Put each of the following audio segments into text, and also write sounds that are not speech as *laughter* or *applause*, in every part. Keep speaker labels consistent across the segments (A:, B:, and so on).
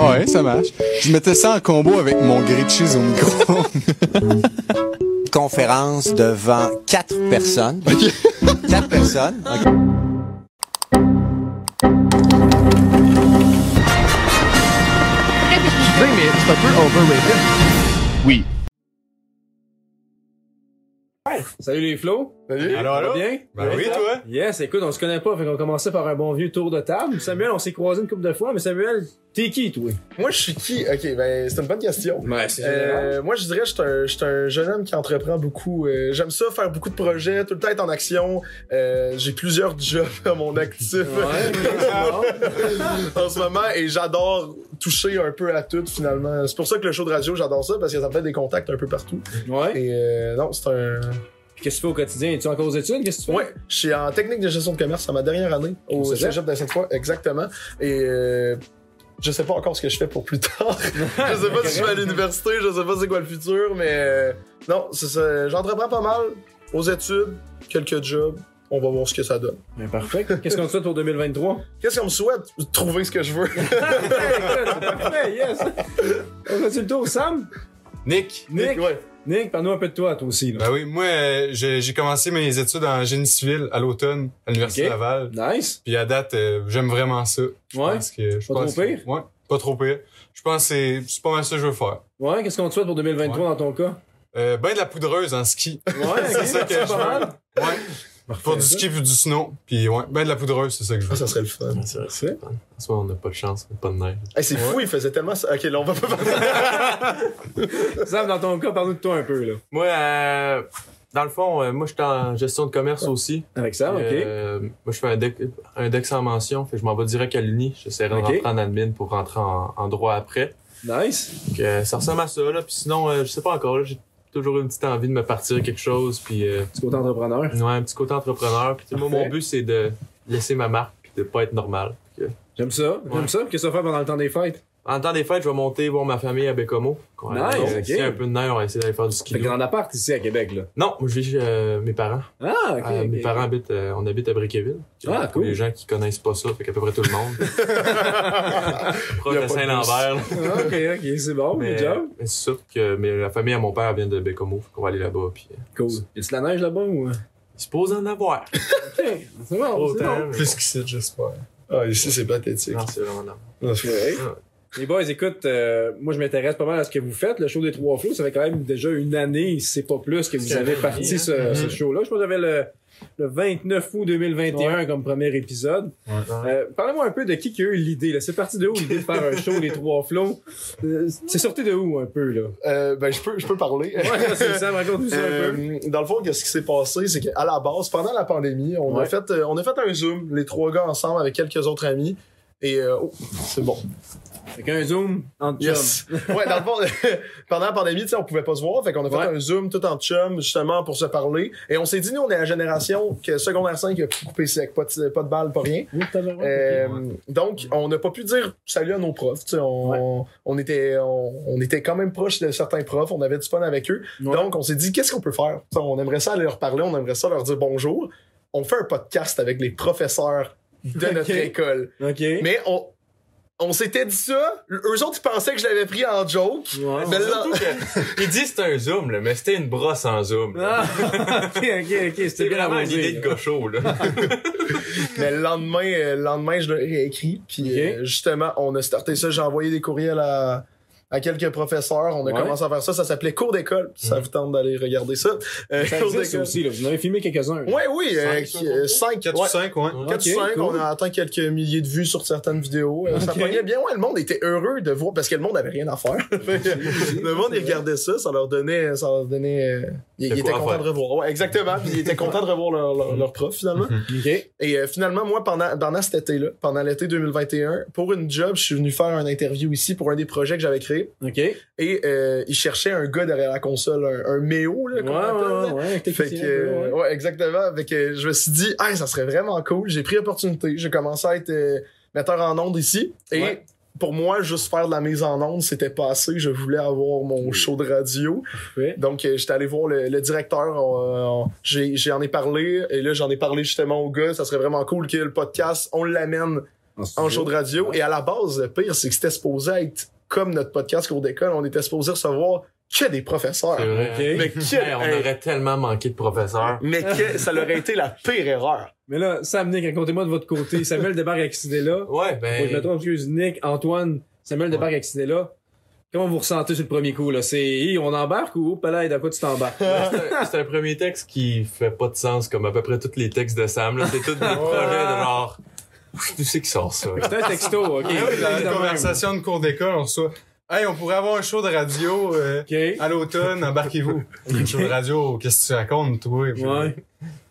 A: Hein?
B: Ouais, ça marche. Je mettais ça en combo avec mon grilled cheese au micro.
C: conférence devant quatre personnes. quatre personnes.
D: Salut les flots. Salut.
B: Allô, allô?
D: Bien?
B: Ben oui, toi?
D: Yes, écoute, on se connaît pas, fait qu'on commençait par un bon vieux tour de table. Samuel, on s'est croisé une couple de fois, mais Samuel, t'es qui, toi?
E: Moi, je suis qui? Ok, ben, c'est une bonne question.
D: Ouais, c'est
E: Euh, moi, je dirais que je suis un- je suis un, jeune homme qui entreprend beaucoup. Euh, J'aime ça, faire beaucoup de projets, tout le temps être en action. Euh, J'ai plusieurs jobs *laughs* à mon actif *laughs* en ce moment et j'adore toucher un peu à tout, finalement. C'est pour ça que le show de radio, j'adore ça parce que ça me fait des contacts un peu partout.
D: ouais.
E: Et euh, non, c'est un.
D: Puis qu'est-ce que tu fais au quotidien? Es-tu encore aux études? Qu'est-ce que tu fais?
E: Ouais, je suis en technique de gestion de commerce, c'est ma dernière année
D: Au
E: au
D: cégep.
E: cégep de Sainte-Foy, exactement. Et euh, je sais pas encore ce que je fais pour plus tard. *laughs* je sais pas si je vais à l'université, je sais pas c'est quoi le futur, mais euh, non, c'est ça. J'entreprends pas mal aux études, quelques jobs. On va voir ce que ça donne.
D: Ben, parfait. Qu'est-ce qu'on te souhaite
E: *laughs*
D: pour 2023?
E: Qu'est-ce qu'on me souhaite? Trouver ce que
D: *laughs*
E: je veux.
D: C'est parfait, yes! On fait-tu le tour, Sam?
B: Nick.
D: Nick?
E: ouais.
D: Nick, parle-nous un peu de toi, toi aussi. Là.
B: Ben oui, moi, euh, j'ai j'ai commencé mes études en génie civil à l'automne à l'Université
D: Ok.
B: Laval.
D: Nice.
B: Puis à date, euh, j'aime vraiment ça. Je
D: Ouais.
B: pense que, je
D: Pas
B: pense
D: trop
B: que-
D: pire.
B: Ouais, pas trop pire. Je pense que c'est- c'est pas mal ça que je veux faire.
D: Ouais, qu'est-ce qu'on te souhaite pour 2023 dans ton cas?
B: Euh, ben de la poudreuse en ski.
F: *laughs*
D: Ouais,
B: *laughs* c'est ça que je
D: pas mal.
B: veux. Ouais. Pour du ski puis du snow. Puis ouais, ben de la poudreuse, c'est ça que je veux.
E: Ah, ça serait le fun.
F: C'est vrai, c'est le fun. En ce moment, on n'a pas de chance, on n'a pas de neige.
E: Hey, c'est fou, il faisait tellement ça. Ok, là, on va pas parler.
D: Sam, dans ton cas, parle-nous de toi un peu, là.
F: Moi, euh, dans le fond, euh, moi, je suis en gestion de commerce aussi.
D: Avec Sam, ok.
F: Euh, moi, je fais un DEC, un DEC sans mention. Fait que je m'en vais direct à l'Uni. J'essaierai
D: Ok.
F: de rentrer en admin pour rentrer en, en droit après.
D: Nice.
F: Donc, euh, ça ressemble à ça, là. Puis sinon, euh, je sais pas encore, là, j'ai toujours une petite envie de me partir quelque chose. Puis, euh,
D: Petit côté entrepreneur.
F: ouais, un petit côté entrepreneur. Puis, tu sais, moi,
D: Parfait.
F: mon but, c'est de laisser ma marque puis de pas être normal. Fait que,
D: J'aime ça, j'aime
F: Ouais.
D: ça. Puis Qu'est-ce que ça fait pendant le temps des fêtes?
F: en temps des fêtes, je vais monter voir ma famille à Bécomo. Quand
D: Nice,
F: on-
D: ok.
F: s'il y a un peu de neige, on va essayer d'aller faire du ski.
D: Fait que t'es en appart ici à Québec, là.
F: Non, moi, je vis chez euh, mes parents.
D: Ah, ok.
F: Ah,
D: ok.
F: mes parents habitent, euh, on habite à Briqueville.
D: Ah,
F: Pour
D: cool.
F: les gens qui connaissent pas ça, fait qu'à peu près tout
D: *laughs*
F: le monde. *laughs*
E: Il y a
F: Proche de
E: pas de
F: Saint-Lambert. là.
D: Ah, ok, ok, c'est bon,
F: Mais,
D: good job.
F: mais c'est sûr que mais la famille à mon père vient de Bécomo, fait qu'on va aller là-bas. Puis, euh,
D: Cool. Y'a-tu de la neige là-bas ou. Ok,
F: il se pose en avoir.
D: c'est bon, c'est bon.
F: mais
E: Plus qu'ici, j'espère. Ah, ici, c'est pathétique.
F: bon. Non, c'est vraiment normal.
E: Non, c'est-
D: Ouais. Les boys, écoute, euh, moi je m'intéresse pas mal à ce que vous faites. Le show des trois flots, ça fait quand même déjà une année, si c'est pas plus, que vous
F: C'est
D: avez
F: vrai,
D: parti
F: hein.
D: ce, ce show-là. Je pense que j'avais le, le 29 août 2021 comme premier épisode. Euh, Parlez-moi un peu de qui qui a eu l'idée. là. C'est parti de où l'idée de faire un show des trois flots? Euh, c'est sorti de où un peu là?
E: Euh, ben, je peux, je peux parler.
D: Ouais, c'est ça, raconte-nous ça un peu.
E: Euh, dans le fond, qu'est-ce qui s'est passé, c'est qu'à la base, pendant la pandémie, on
D: Ouais.
E: a fait, euh, on a fait un zoom, les trois gars ensemble avec quelques autres amis. Et euh, oh, c'est bon.
D: Fait qu'un zoom entre
E: Yes. *laughs* ouais, dans le fond, *laughs* pendant la pandémie, tu sais, on pouvait pas se voir, fait qu'on a fait
D: Ouais.
E: un zoom tout en chum justement pour se parler. Et on s'est dit, nous, on est la génération que secondaire 5 a coupé sec, pas de, pas de balles, pas rien.
D: chums.
E: Euh, donc, on n'a pas pu dire salut à nos profs. tu sais, On, on était, on, on était quand même proche de certains profs. On avait du fun avec eux.
D: Ouais.
E: Donc, on s'est dit, qu'est-ce qu'on peut faire? Tu sais, on aimerait ça aller leur parler. On aimerait ça leur dire bonjour.
D: *laughs*
E: On fait un podcast avec les professeurs de notre
D: Ok.
E: école.
D: OK.
E: Mais on, on s'était dit ça. Eux autres, ils pensaient que je l'avais pris en joke.
D: Ouais.
E: mais là,
F: Surtout que- il dit c'est un zoom, là, mais c'était une brosse en zoom. là.
D: Ah, *laughs* ok, ok, ok, c'était
F: C'était
D: bien
F: vraiment une
D: arrosé.
F: idée de
E: *laughs*
F: gaucho, là.
E: mais le lendemain, euh, le lendemain, je leur ai écrit. Puis
D: Ok.
E: euh, justement, on a starté ça. J'ai envoyé des courriels à, à quelques professeurs. On a
D: Ouais. Mhm.
E: commencé à faire ça. Ça s'appelait cours d'école. Ça vous tente d'aller regarder ça. Euh,
D: Ça
E: cours
D: existe ça
E: d'école.
D: aussi, là. Vous en avez filmé quelques-uns.
E: Ouais, oui, euh,
F: Cinq,
E: 5.
F: ça,
E: 5
F: on
A: 4 ou 5, ouais.
E: Quatre
D: Ok,
E: ou cinq,
D: cool.
E: on a atteint quelques milliers de vues sur certaines vidéos. Euh, Ça
D: Ok.
E: pognait bien, ouais, le monde était heureux de voir, parce que le monde avait rien à
D: *laughs*
E: faire. Fait que *laughs* le monde, il regardait ça, ça leur donnait, ça leur donnait, euh, il,
F: De
E: il était
F: quoi
E: content
F: faire.
E: de revoir. Ouais, exactement, puis il était content de revoir leur,
D: Mhm.
E: leur, leur prof, finalement.
D: Ok.
E: Et euh, finalement, moi, pendant, pendant cet été-là, pendant l'été 2021, pour une job, je suis venu faire une interview ici pour un des projets que j'avais créé.
D: Ok. Ouais,
E: Et euh, ils cherchaient un gars derrière la console, un, un méo, là,
D: ouais,
E: qu'on appelle, là.
D: ouais. ouais,
E: Fait que,
D: technicien,
E: euh,
D: ouais.
E: ouais, exactement. Fait que euh, je me suis dit, ah, ça serait vraiment cool. J'ai pris l'opportunité. J'ai commencé à être euh, metteur en onde ici. Et
D: Ouais.
E: pour moi, juste faire de la mise en onde, c'était pas assez. Je voulais avoir mon show de radio.
D: Parfait.
E: Donc, euh, j'étais allé voir le, le directeur. on- on- j'ai- J'en ai, parlé. Et là, j'en ai parlé justement au gars. Ça serait vraiment cool que le podcast, on l'amène en show de radio. Et à la base, le pire, c'est que c'était supposé être comme notre podcast cours d'école. On était supposé recevoir que des professeurs.
F: C'est vrai.
D: Ok.
E: Mais quel-
F: Hey, on
E: hey.
F: aurait tellement manqué de professeurs.
E: Mais que ça aurait été la pire erreur.
D: Mais là, Sam, Nick, racontez-moi de votre côté. Samuel débarque avec cette idée-là.
F: Ouais,
D: Moi, je me
F: ben.
D: trompe, excuse, Nick, Antoine, Samuel débarque avec cette idée-là. Comment vous ressentez sur le premier coup, là? C'est, Hey, on embarque ou, palais, à quoi tu t'embarques?
F: C'est un- c'est un premier texte qui fait pas de sens comme à peu près tous les textes de Sam. là. C'est tous des projets de genre. Où c'est qui sort ça?
D: C'est un texto, ok.
A: Ah oui,
D: C'est
A: dans
D: de
A: la
D: même.
A: conversation de cours d'école, on reçoit. Hey, on pourrait avoir un show de radio euh,
D: Ok.
A: à l'automne,
D: *laughs*
A: embarquez-vous. Un show de radio, qu'est-ce que tu racontes, toi? Et puis,
D: Ouais.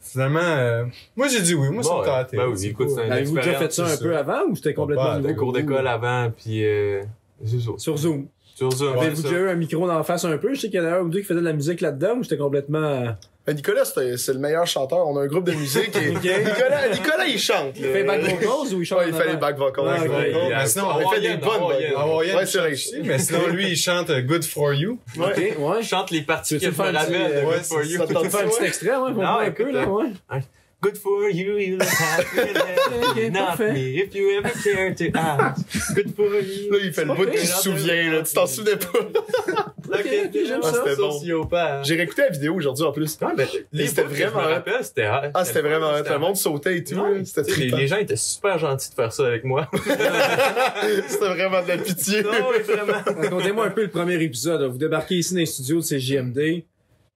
A: Finalement, euh, moi j'ai dit oui, moi ça
F: Bon,
A: me
F: ouais.
A: tentait.
F: Ben oui, écoute, c'est un
D: Avez-vous déjà fait ça un
A: c'est
D: peu
A: ça.
D: avant ou c'était complètement
A: Pas
D: nouveau?
A: de
F: un cours
D: pour vous?
F: d'école avant, puis euh, c'est ça.
D: Sur Zoom.
F: Sur Zoom.
D: Avez-vous
F: c'est
D: déjà eu un micro d'en face un peu? Je sais qu'il y en a un ou deux qui faisaient de la musique là-dedans ou j'étais complètement. euh,
E: Mais ben, Nicolas, c'est c'est le meilleur chanteur. On a un groupe de musique
D: *laughs*
E: et Nicolas, Nicolas, il chante.
D: Il fait back vocals ou il chante?
E: Ouais, il
D: en
E: fait les
D: avant?
E: back vocals.
D: Ouais, Ah,
F: ça. Ouais,
A: Oh,
F: il y a-
A: mais sinon, on
E: Il fait des
F: Hawaiian,
E: bonnes
F: Hawaiian.
E: back vocals.
A: Hawaiian,
E: Ouais,
A: il
E: c'est
A: chante
E: vrai.
A: aussi, mais sinon lui il chante euh, Good for You.
D: Ok, ouais.
F: Je chante les parties
D: Tu
F: que
D: veux-tu
F: je me
D: faire un petit-
F: rappelle.
A: ouais,
F: Good for
A: ça-
F: you.
E: ça te tente
D: On peut faire un petit extrait, ouais, pour
F: Non,
D: voir un
F: écoute,
D: peu, là,
F: euh,
D: ouais.
F: Good for you, you
D: *laughs*
F: happy
D: Ok,
F: love, not
D: parfait.
F: me, if you ever
D: *laughs*
F: care to ask. Good for you.
E: Là, il fait le bout qui se souvient. Là. Tu t'en souvenais pas.
F: Ok,
D: ok, j'aime
E: ça.
F: C'était bon.
E: J'ai réécouté la vidéo aujourd'hui en plus.
F: Ouais, ben, les
E: Et c'était
F: bouts que je me
E: vraiment-
F: rappelle, c'était
E: Ah, c'était vraiment hot. Le monde sautait et tout.
F: Non,
E: là. C'était
F: tu sais, les,
E: trippant. *laughs* Ben,
F: les gens étaient super gentils de faire ça
A: *laughs*
F: avec moi.
E: C'était vraiment de la pitié.
F: non, mais vraiment.
D: Racontez-moi un peu le premier épisode. là. Vous débarquez ici dans les studios de CGMD.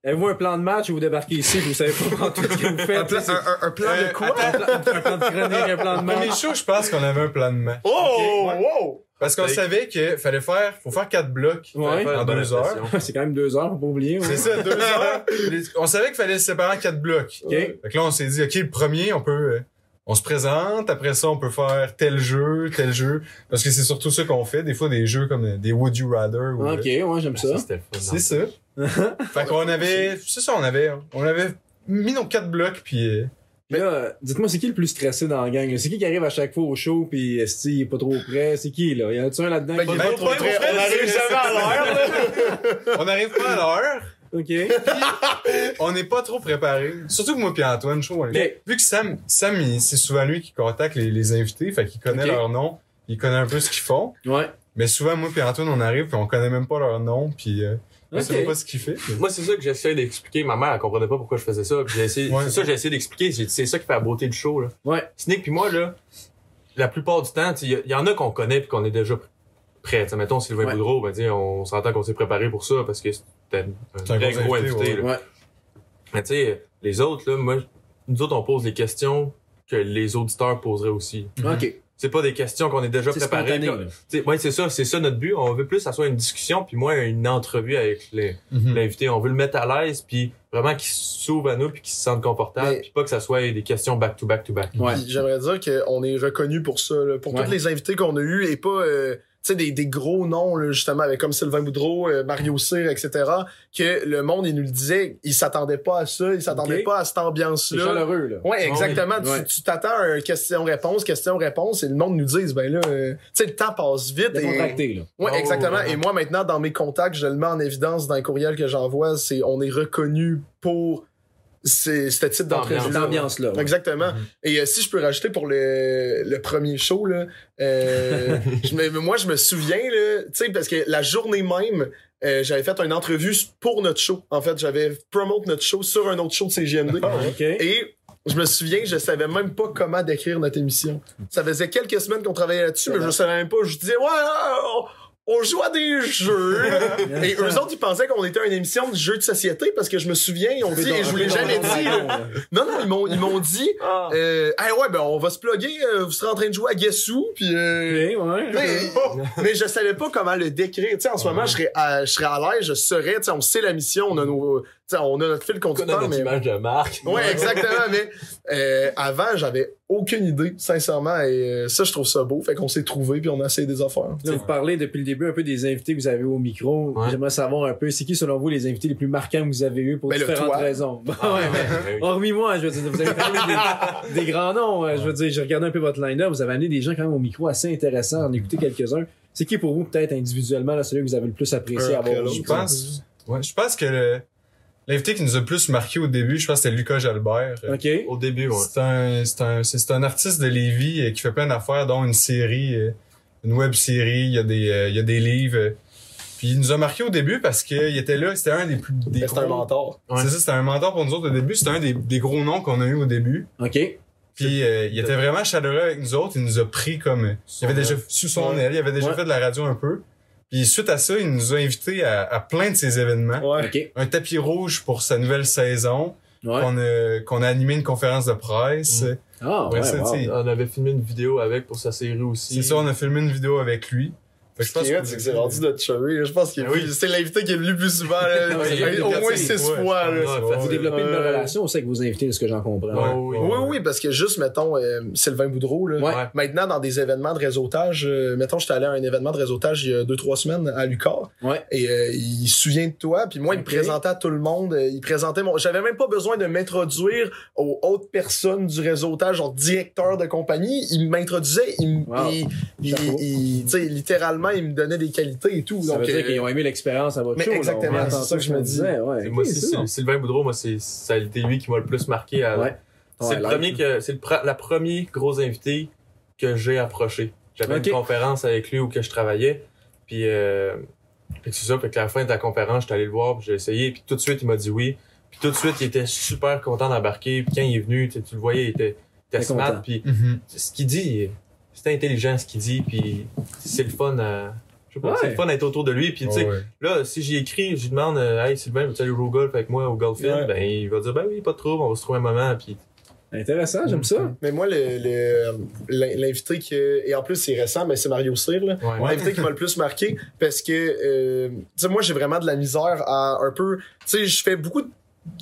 D: Avez-vous un plan de match ou vous débarquez ici et vous savez pas vraiment tout ce que vous faites?
E: Un, plan- un- un- un plan
A: Euh,
E: de quoi?
A: attends,
D: Un plan de grenier, un plan de
A: premier
D: match.
A: show, je pense qu'on avait un plan de match.
E: Oh, wow!
A: Parce qu'on
F: Fait-
A: savait qu'il fallait faire, faut faire quatre blocs
D: Ouais.
F: Ah,
A: en
F: ben,
A: deux heures.
D: C'est quand même deux heures, faut pas oublier. ouais.
A: C'est ça,
F: *laughs*
A: deux heures. Les- On savait qu'il fallait se séparer en quatre blocs.
D: Ok.
A: Fait que là, on s'est dit, OK, le premier, on peut, euh, on se présente. Après ça, on peut faire tel jeu, tel jeu. Parce que c'est surtout ça qu'on fait. Des fois, des jeux comme euh, des Would You Rather. ou, euh,
D: Ok, ouais, j'aime ça.
F: Ça, c'était le fun.
A: C'est ça.
F: *laughs*
A: fait qu'on avait, c'est ça, on avait, on avait mis nos quatre blocs puis euh,
D: Puis là, euh, dites-moi, c'est qui le plus stressé dans la gang? là? C'est qui qui arrive à chaque fois au show puis est-ce il est pas trop prêt? C'est qui, là? Y en a-tu un là-dedans?
E: Ben,
D: qui-
E: il est pas trop
A: pas
E: prêt.
A: trop
E: On arrive
A: prêt.
E: jamais à l'heure. là.
A: on n'arrive pas à l'heure.
D: Ok.
E: *laughs*
A: On n'est pas trop préparé. Surtout que moi puis Antoine, je trouve. on est-
D: Mais-
A: Vu que Sam, Sam, il- c'est souvent lui qui contacte les, les invités, fait qu'il connaît
D: Ok.
A: leur nom, il connaît un peu ce qu'ils font.
D: Ouais.
A: Mais souvent, moi puis Antoine, on arrive puis on connaît même pas leur nom puis euh, on sait
D: Ok.
A: pas ce qu'il fait.
F: Moi, c'est ça que j'essayais d'expliquer. Ma mère, elle comprenait pas pourquoi je faisais ça. Puis j'ai essayé-
A: Ouais.
F: C'est ça que j'ai essayé d'expliquer. J'ai dit, C'est ça qui fait la beauté du show. Là.
D: Ouais.
F: Snick puis moi, là, la plupart du temps, il y, y en a qu'on connaît puis qu'on est déjà pr- prêt. T'sais, mettons Sylvain
D: Ouais.
F: Boudreau, ben, t'sais, on s'entend qu'on s'est préparé pour ça parce que c'était un,
A: C'est un
F: très
A: gros
F: gros
A: invité,
F: invité.
A: ouais.
F: là.
D: Ouais.
F: Mais tu sais, les autres, là, moi, nous autres, on pose des questions que les auditeurs poseraient aussi.
D: Ok.
F: C'est pas des questions qu'on est déjà
D: C'est
F: préparées.
D: spontané,
F: qu'on-
D: là.
F: t'sais, Ouais, c'est ça, c'est ça notre but. On veut plus que ça soit une discussion, puis moins une entrevue avec les-
A: Mhm.
F: l'invité. On veut le mettre à l'aise, puis vraiment qu'il s'ouvre à nous, puis qu'il se sente confortable,
E: Mais-
F: puis pas que ça soit des questions back to back to back.
D: Ouais.
E: Puis J'aimerais dire qu'on est reconnu pour ça, là, pour
D: Ouais.
E: tous les invités qu'on a eus et pas euh, tu sais, des, des gros noms, là, justement, avec comme Sylvain Boudreau, euh, Mario Cyr, etc., que le monde, il nous le disait, il s'attendait pas à ça, il s'attendait
D: Ok.
E: pas à cette
D: C'est
E: ambiance-là.
D: chaleureux, là.
E: Ouais, exactement.
D: oui. Ouais.
E: Tu- Tu t'attends à un question-réponse, question-réponse, et le monde nous dit, ben là, euh, tu sais, le temps passe vite.
D: T'es
E: et-
D: contracté, là.
E: Ouais,
F: Oh,
E: exactement.
F: ouais.
E: Et moi, maintenant, dans mes contacts, je le mets en évidence dans les courriels que j'envoie, c'est on est reconnu pour c'est ce type d'entrevue.
D: Cette ambiance-là. ouais.
E: Exactement.
F: Mm-hmm.
E: Et euh, si je peux rajouter pour le, le premier show, là,
F: *laughs*
E: euh, je me- moi, je me souviens, là, tu sais, parce que la journée même, euh, j'avais fait une entrevue pour notre show. En fait, j'avais promote notre show sur un autre show de CGMD.
F: Ah,
D: OK.
E: Et je me souviens, je savais même pas comment décrire notre émission. Ça faisait quelques semaines qu'on travaillait là-dessus, mais je savais même pas. Je disais, ouais, on, on joue à des
F: *laughs*
E: jeux. Et eux autres, ils pensaient qu'on était une émission de jeux de société parce que je me souviens, ils ont dit, et je vous l'ai jamais dit. là. Non, non, ils m'ont, ils m'ont
F: *laughs*
E: dit,
F: Ah.
E: euh, hey, ouais, ben, on va se plugger, euh, vous serez en train de jouer à Guessou, puis euh,
D: Ok, ouais.
E: mais, *laughs* mais je savais pas comment le décrire. Tu sais, en ce moment, je serais à, je serais à l'aise, je serais, tu sais, on sait la mission, on a nos, tu sais, on a notre fil
F: On a
E: conducteur,
F: notre
E: mais.
F: image de marque.
E: Ouais, exactement, mais euh, avant, j'avais aucune idée, sincèrement, et euh, ça, je trouve ça beau. Fait qu'on s'est trouvé puis on a essayé des affaires.
D: Là, vous parlez depuis le début un peu des invités que vous avez au micro.
F: Ouais.
D: J'aimerais savoir un peu, c'est qui selon vous les invités les plus marquants que vous avez eu pour
E: Ben là,
D: différentes
E: toi. Ah,
D: raisons? Bon,
A: Ah,
D: ouais, mais
A: Oh,
F: ben oui.
D: *laughs* hormis moi, je veux dire, vous avez parlé
E: *laughs*
D: des, des grands noms. euh, Je veux dire, j'ai regardé un peu votre line-up. Vous avez amené des gens quand même au micro assez intéressants. En écouter quelques-uns. C'est qui pour vous, peut-être individuellement, là, celui que vous avez le plus apprécié
E: Un
D: à avoir
E: après
D: au
E: l'autre,
A: Je
D: micro?
A: pense, ouais, je pense que le- l'invité qui nous a le plus marqué au début, je pense que c'était Lucas Jalbert. Euh,
D: OK.
F: Au début, ouais.
A: C'est un, c'est un, c'est c'est un artiste de Lévis euh, qui fait plein d'affaires, dont une série, euh, une web série, il y a des, euh, il y a des livres. euh. Puis il nous a marqué au début parce qu'il était là, c'était un des plus. Des
E: Mais C'est un
A: gros-
E: mentor.
F: Ouais.
A: C'est ça, c'était un mentor pour nous autres au début. C'était un des, des gros noms qu'on a eu au début.
D: OK.
A: Puis euh, il était vraiment chaleureux avec nous autres. Il nous a pris comme. euh, Il avait déjà sous son aile, il avait déjà
D: Ouais.
A: fait de la radio un peu. Puis suite à ça, il nous a invités à, à plein de ses événements.
D: OK. Ouais.
A: Un tapis rouge pour sa nouvelle saison. Qu'on a, qu'on a animé une conférence de presse.
D: Ah, ouais,
A: Ouais, ça,
D: wow.
A: tu sais,
F: On avait filmé une vidéo avec pour sa série aussi.
A: C'est ça, on a filmé une vidéo avec lui. Fait que je
E: Ce qui est hot, c'est que c'est rendu notre chevet. là. Je pense que
F: Ah oui.
E: c'est l'invité qui est venu le plus souvent, là,
F: Ouais, il y a eu des
E: au moins
F: personnes,
E: six
A: ouais.
E: fois. là.
F: Ouais,
D: Vous
F: facile.
D: développez une
E: Euh,
D: bonne relation aussi avec vos invités, de ce que j'en comprends.
F: Ouais, oui.
E: Oui, oui, parce que juste, mettons, euh, Sylvain Boudreau, là,
F: Ouais.
E: maintenant, dans des événements de réseautage, euh, mettons, j'étais allé à un événement de réseautage il y a deux, trois semaines à Lucar,
D: Ouais.
E: et euh, il se souvient de toi, puis moi, il me
D: Ok.
E: présentait à tout le monde, euh, il présentait mon... J'avais même pas besoin de m'introduire aux autres personnes du réseautage, genre directeur de compagnie, il m'introduisait, il, m-
D: Wow.
E: il, il-
D: Chapeau.
E: il- tu sais, littéralement, il me donnait des qualités et tout,
D: Ça
E: donc...
D: veut dire
E: euh,
D: qu'ils ont aimé l'expérience à votre
E: mais
D: show. là. On
E: exactement,
D: vient
E: c'est
D: tantôt
E: ça que je me
D: qu'on
E: dis.
D: disait, ouais.
F: Et moi
D: Ok,
F: aussi,
D: c'est bon.
F: Syl- Sylvain Boudreau, moi, c'est, ça a été lui qui m'a le plus marqué. à-
D: Ouais.
F: C'est le
D: Ouais,
F: premier que, c'est le pre- la premier gros invité que j'ai approché. J'avais
D: Ok.
F: une conférence avec lui où que je travaillais. Puis, euh, fait que c'est ça. Fait que à la fin de la conférence, j'étais allé le voir, puis j'ai essayé. Puis tout de suite, il m'a dit oui. Puis tout de suite, il était super content d'embarquer. Puis quand il est venu, tu sais, tu le voyais, il était, il était
D: Très
F: smart.
D: content. Mm-hmm.
F: Puis ce qu'il dit, c'est intelligent ce qu'il dit. Puis c'est le fun à, je sais pas,
D: Ouais.
F: c'est le fun d'être autour de lui. Puis tu sais, Là, si j'y écris, je lui demande euh, Hey Sylvain, veux-tu aller jouer au golf avec moi au golf
E: Ouais.
F: Ben il va dire Ben oui, pas de trouble, on va se trouver un moment puis
D: Intéressant, j'aime ça.
E: Mais moi, le- le- l'in- l'invité que... Et en plus, c'est récent, mais c'est Mario Cyr, là.
F: Ouais.
E: L'invité qui m'a le plus marqué, parce que, euh, tu sais, moi, j'ai vraiment de la misère à un peu... Tu sais, je fais beaucoup de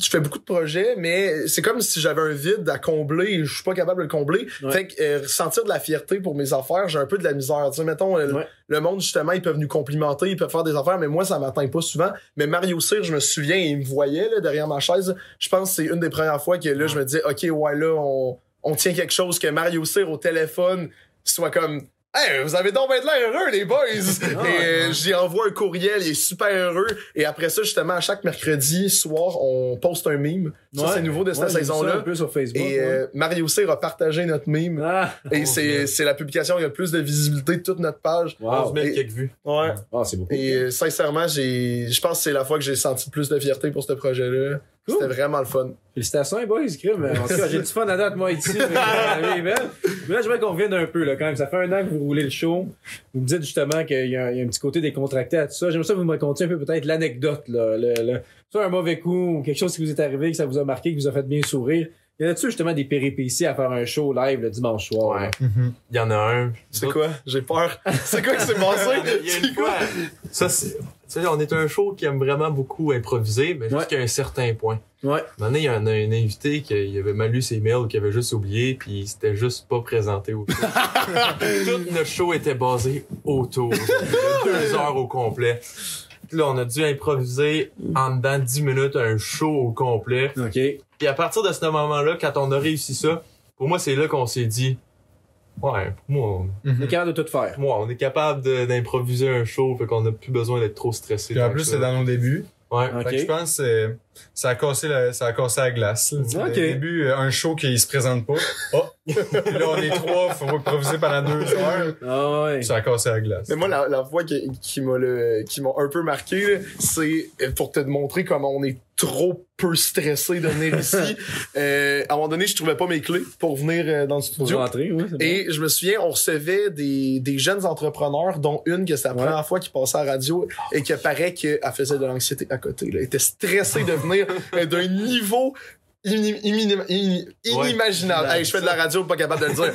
E: je fais beaucoup de projets, mais c'est comme si j'avais un vide à combler et je suis pas capable de le combler.
D: Ouais.
E: Fait que euh, ressentir de la fierté pour mes affaires, j'ai un peu de la misère. Tu sais, mettons, euh, le-
D: Ouais.
E: le monde, justement, ils peuvent nous complimenter, ils peuvent faire des affaires, mais moi, ça m'atteint pas souvent. Mais Mario Cyr, je me souviens, il me voyait là, derrière ma chaise. Je pense que c'est une des premières fois que là, je me dis, OK, ouais, là, on, on tient quelque chose, que Mario Cyr au téléphone soit comme. Hey, vous avez donc bien de l'air heureux, les
D: *laughs*
E: boys!
D: Ah,
E: et euh, j'y envoie un courriel, il est super heureux. Et après ça, justement, à chaque mercredi soir, on poste un mime. Ça,
D: Ouais.
E: c'est nouveau de cette
D: Ouais, j'ai vu ça Un
E: saison-là.
D: peu sur Facebook.
E: Et euh, Mario Cyr a partagé notre mime.
D: ouais. Ah,
E: Et c'est c'est la publication qui a le plus de visibilité de toute notre page.
D: Wow.
F: 11 000
E: Et-
F: quelques vues.
E: Ouais.
D: Ah, c'est beaucoup.
E: Et euh, sincèrement, j'ai, je pense que c'est la fois que j'ai senti le plus de fierté pour ce projet-là.
D: Cool.
E: C'était vraiment le fun.
D: Félicitations, les boys, crime. En tout cas, j'ai du fun à date, moi, ici. Mais la vie est belle. Mais là, je veux qu'on revienne un peu, là, quand même. Ça fait un an que vous roulez le show. Vous me dites justement qu'il y, a un- il y a un petit côté décontracté à tout ça. J'aimerais ça que vous me racontiez un peu, peut-être, l'anecdote, là. Le, le- soit un mauvais coup, ou quelque chose qui vous est arrivé, que ça vous a marqué, qui vous a fait bien sourire. Il y en a-tu, justement, des péripéties à faire un show live le dimanche soir?
F: Ouais.
D: hein?
F: Il y en a un.
E: C'est quoi? J'ai peur. C'est quoi qui s'est passé?
F: Il y a
E: C'est
F: une
E: quoi?
F: fois. Ça, c'est. Tu sais, on est un show qui aime vraiment beaucoup improviser, mais
D: Ouais.
F: jusqu'à un certain point.
D: Ouais.
F: Un moment donné, il y en a un invité qui il avait mal lu ses mails, qui avait juste oublié, puis il s'était juste pas présenté au show. Tout notre show était basé autour. de Deux heures au complet. Puis Là, on a dû improviser en dedans de 10 minutes un show au complet.
D: OK.
E: Mhm.
F: Puis à partir de ce moment-là, quand on a réussi ça, pour moi, c'est là qu'on s'est dit, ouais, pour moi, on-
D: Le cœur de tout faire.
F: pour moi, on est capable de- d'improviser un show, fait qu'on n'a plus besoin d'être trop stressé.
A: Puis en
F: tant
A: plus,
F: que
A: c'est
F: ça.
A: dans nos débuts. Ouais,
D: Ok.
A: fait que je pense que euh, ça a cassé la, ça a cassé la glace. là.
D: Ok.
A: Au début, euh, un show qui se présente pas. *laughs* Oh! Puis là, on est trois, faut improviser pendant deux heures.
D: Ah ouais.
A: Ça a cassé la glace.
E: Mais moi, la, la fois qui, qui m'a le- qui m'a un peu marqué, là, c'est euh, pour te montrer comment on est trop peu stressé de venir ici. Euh, à un moment donné, je trouvais pas mes clés pour venir euh, dans le
D: Pour
E: studio.
D: rentrer, oui. c'est bon.
E: Et je me souviens, on recevait des, des jeunes entrepreneurs, dont une que c'est la
D: Ouais.
E: première fois qui passait à la radio et qui paraît qu'elle faisait de l'anxiété à côté. là. Elle était stressée de
D: *laughs*
E: venir mais d'un niveau ini- imini- ini- inimaginable. Hey, je fais de la radio, pas capable de le dire.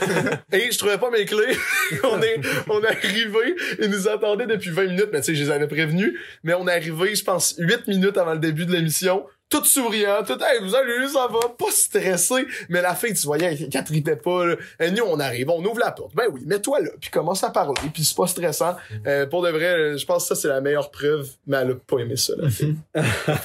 E: et je trouvais pas mes clés. *laughs* on est on est arrivé, ils nous attendaient depuis 20 minutes, mais tu sais, je les avais prévenus. Mais on est arrivé, je pense, 8 minutes avant le début de l'émission. Tout souriant, tout, hey, vous allez, ça va, pas stressé. Mais la fille, tu voyais qu'elle qu'elle tripait pas, là. Et nous, on arrive, on ouvre la porte. Ben oui, mets-toi là, puis commence à parler, puis c'est pas stressant. Euh, pour de vrai, euh, je pense que ça, c'est la meilleure preuve, mais elle a pas aimé ça, la fille.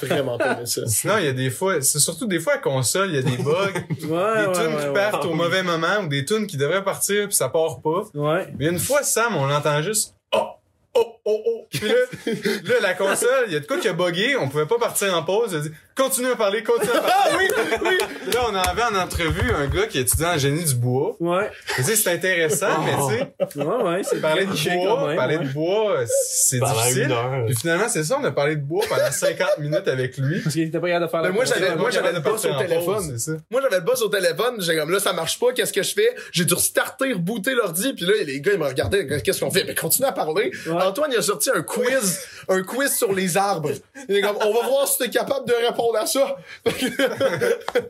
E: Vraiment pas aimé ça.
A: Non, il y a des fois, c'est surtout des fois à console, il y a des bugs, *laughs*
D: Ouais,
A: des
D: ouais,
A: tunes
D: ouais,
A: qui
D: ouais.
A: partent au mauvais moment ou des tunes qui devraient partir puis ça part pas.
D: Ouais.
A: Mais une fois, Sam, on l'entend juste Oh! Oh, oh, oh! Puis là, là, la console, il y a de quoi qui a bugué, on pouvait pas partir en pause. Elle dit, continue à parler, continue à parler. Ah oui, oui! Là, on avait en entrevue un gars qui étudiait en génie du bois.
D: Ouais.
A: Tu sais, c'est intéressant, mais tu sais,
D: Ouais, ouais. C'est
A: Parler de
D: cliché Oh. quand
A: bois,
D: même,
A: parler
D: ouais.
A: de bois, euh, c'est
F: Pendant une
A: difficile.
F: heure.
A: Puis finalement, c'est ça, on a parlé de bois pendant 50 minutes avec lui.
D: Parce qu'il était pas capable de faire
E: Ben,
D: la
E: moi,
D: pause.
E: j'avais- moi, j'avais
A: de
E: le boss
A: partir
E: au
A: en pause,
E: téléphone.
A: c'est ça.
E: Moi, j'avais le boss au téléphone, j'ai comme là, ça marche pas, qu'est-ce que je fais? J'ai dû restarter, rebooter l'ordi, puis là, les gars, ils me regardaient, qu'est-ce qu'on fait? Ben, continue à parler.
D: Ouais.
E: Antoine, il a sorti un quiz, un quiz sur les arbres. Il est comme, on va voir si t'es capable de répondre à ça. *laughs*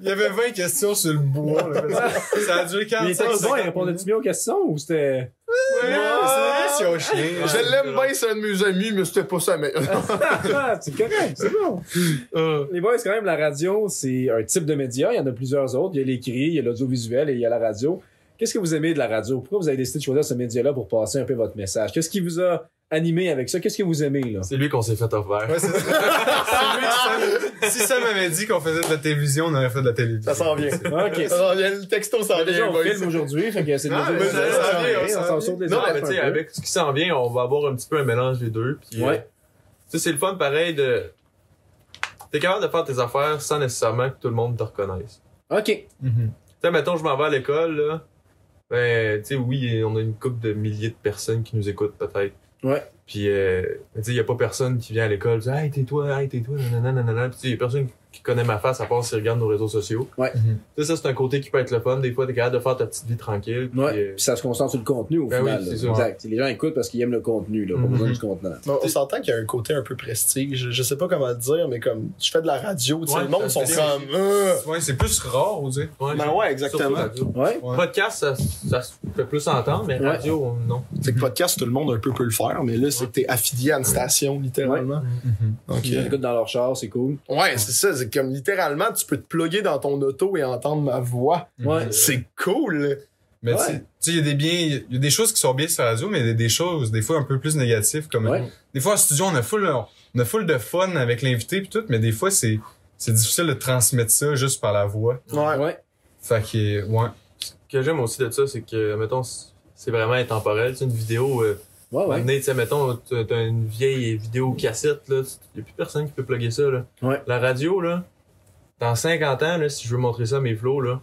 A: Il y avait 20 questions sur le bois. là. Parce que ça a duré 45
D: Mais il était bon, il répondait-tu bien aux questions ou c'était.
A: Ouais, c'est vrai, c'est au chien.
E: Je l'aime bien, c'est un de mes amis, mais c'était pas ça, mais.
D: Ah, c'est correct, c'est bon. Les boys, quand même, la radio, c'est un type de média. Il y en a plusieurs autres. Il y a l'écrit, il y a l'audiovisuel et il y a la radio. Qu'est-ce que vous aimez de la radio? Pourquoi vous avez décidé de choisir ce média-là pour passer un peu votre message? Qu'est-ce qui vous a animé avec ça? Qu'est-ce que vous aimez, là?
F: C'est lui qu'on s'est fait offrir.
A: Ouais, c'est
F: *laughs*
A: ça. C'est lui, Sam. si ça m'avait dit qu'on faisait de la télévision, on aurait fait de la télévision.
E: Ça s'en vient.
D: OK.
E: Ça s'en vient, le texto s'en
D: Mais Déjà,
E: vient,
D: on
E: boys.
D: filme aujourd'hui, fait que c'est
A: Ah,
D: déjà-
A: mais
E: ça, ça
D: on
A: vient,
D: s'en
A: ça
D: sort
A: vient.
D: des
F: Non,
D: affaires
F: mais
D: un
F: tu sais,
D: peu.
F: avec ce qui s'en vient, on va avoir un petit peu un mélange des deux. Puis, euh,
D: Ouais.
F: tu sais, c'est le fun pareil de. T'es capable de faire tes affaires sans nécessairement que tout le monde te reconnaisse.
D: OK.
F: Tu sais, mettons, je m'en vais à l'école, là. Ben, tu sais, oui, on a une couple de milliers de personnes qui nous écoutent, peut-être.
D: Ouais.
F: Puis, euh, tu sais, il n'y a pas personne qui vient à l'école, dit, hey, tais-toi, hey, tais-toi, nanana, nanana. Puis, tu sais, il n'y a personne qui connaît ma face à part s'ils regardent nos réseaux sociaux.
D: Ouais.
A: Mhm.
F: Tu sais, ça, c'est un côté qui peut être le fun. Des fois, t'es capable de faire ta petite vie tranquille. puis,
D: Ouais.
F: euh,
D: Puis ça se concentre sur le contenu, au
F: Ben
D: final.
F: oui,
D: là.
F: c'est ça.
D: exact. Les gens écoutent parce qu'ils aiment le contenu, là, pas besoin du contenant.
E: Bon, on s'entend qu'il y a un côté un peu prestige. Je, je sais pas comment le dire, mais comme, je fais de la radio, tu sais,
F: Ouais,
E: le monde
F: ça
E: sont
F: fait-
E: comme, euh,
A: Ouais, c'est plus rare, on dirait.
F: ouais,
E: Ben
F: surtout
E: ouais, exactement.
F: radio.
D: Ouais.
A: Ouais.
F: Podcast, ça, ça se fait plus entendre, mais
D: Ouais.
F: radio, on- non.
E: C'est que podcast, tout le monde un peu peut le faire, mais là, c'est que t'es affilié à une station, littéralement.
F: Mhm.
E: Donc,
D: Ils
E: euh,
D: écoutent dans leur char, c'est cool.
E: Ouais, c'est ça. C'est comme littéralement, tu peux te plugger dans ton auto et entendre ma voix.
F: Mhm.
D: Ouais.
E: C'est cool.
A: Mais tu
D: Ouais.
A: sais- tu sais, il y a des biens, il y a des choses qui sont bien sur la radio, mais il y a des choses, des fois, un peu plus négatives, comme,
D: Ouais.
A: des fois, en studio, on a full, on a full de fun avec l'invité pis tout, mais des fois, c'est, c'est difficile de transmettre ça juste par la voix.
E: Ouais.
D: Ouais.
A: Fait que, *laughs* ouais.
F: Ce que j'aime aussi de ça, c'est que, mettons, c'est vraiment intemporel. C'est une vidéo. euh,
D: Ah Ouais, ouais.
F: Maintenant, tu sais, mettons, t'as t'as une vieille vidéo cassette, là. Y a plus personne qui peut plugger ça, là.
D: Ouais.
F: La radio, là, dans 50 ans, là, si je veux montrer ça à mes flots, là,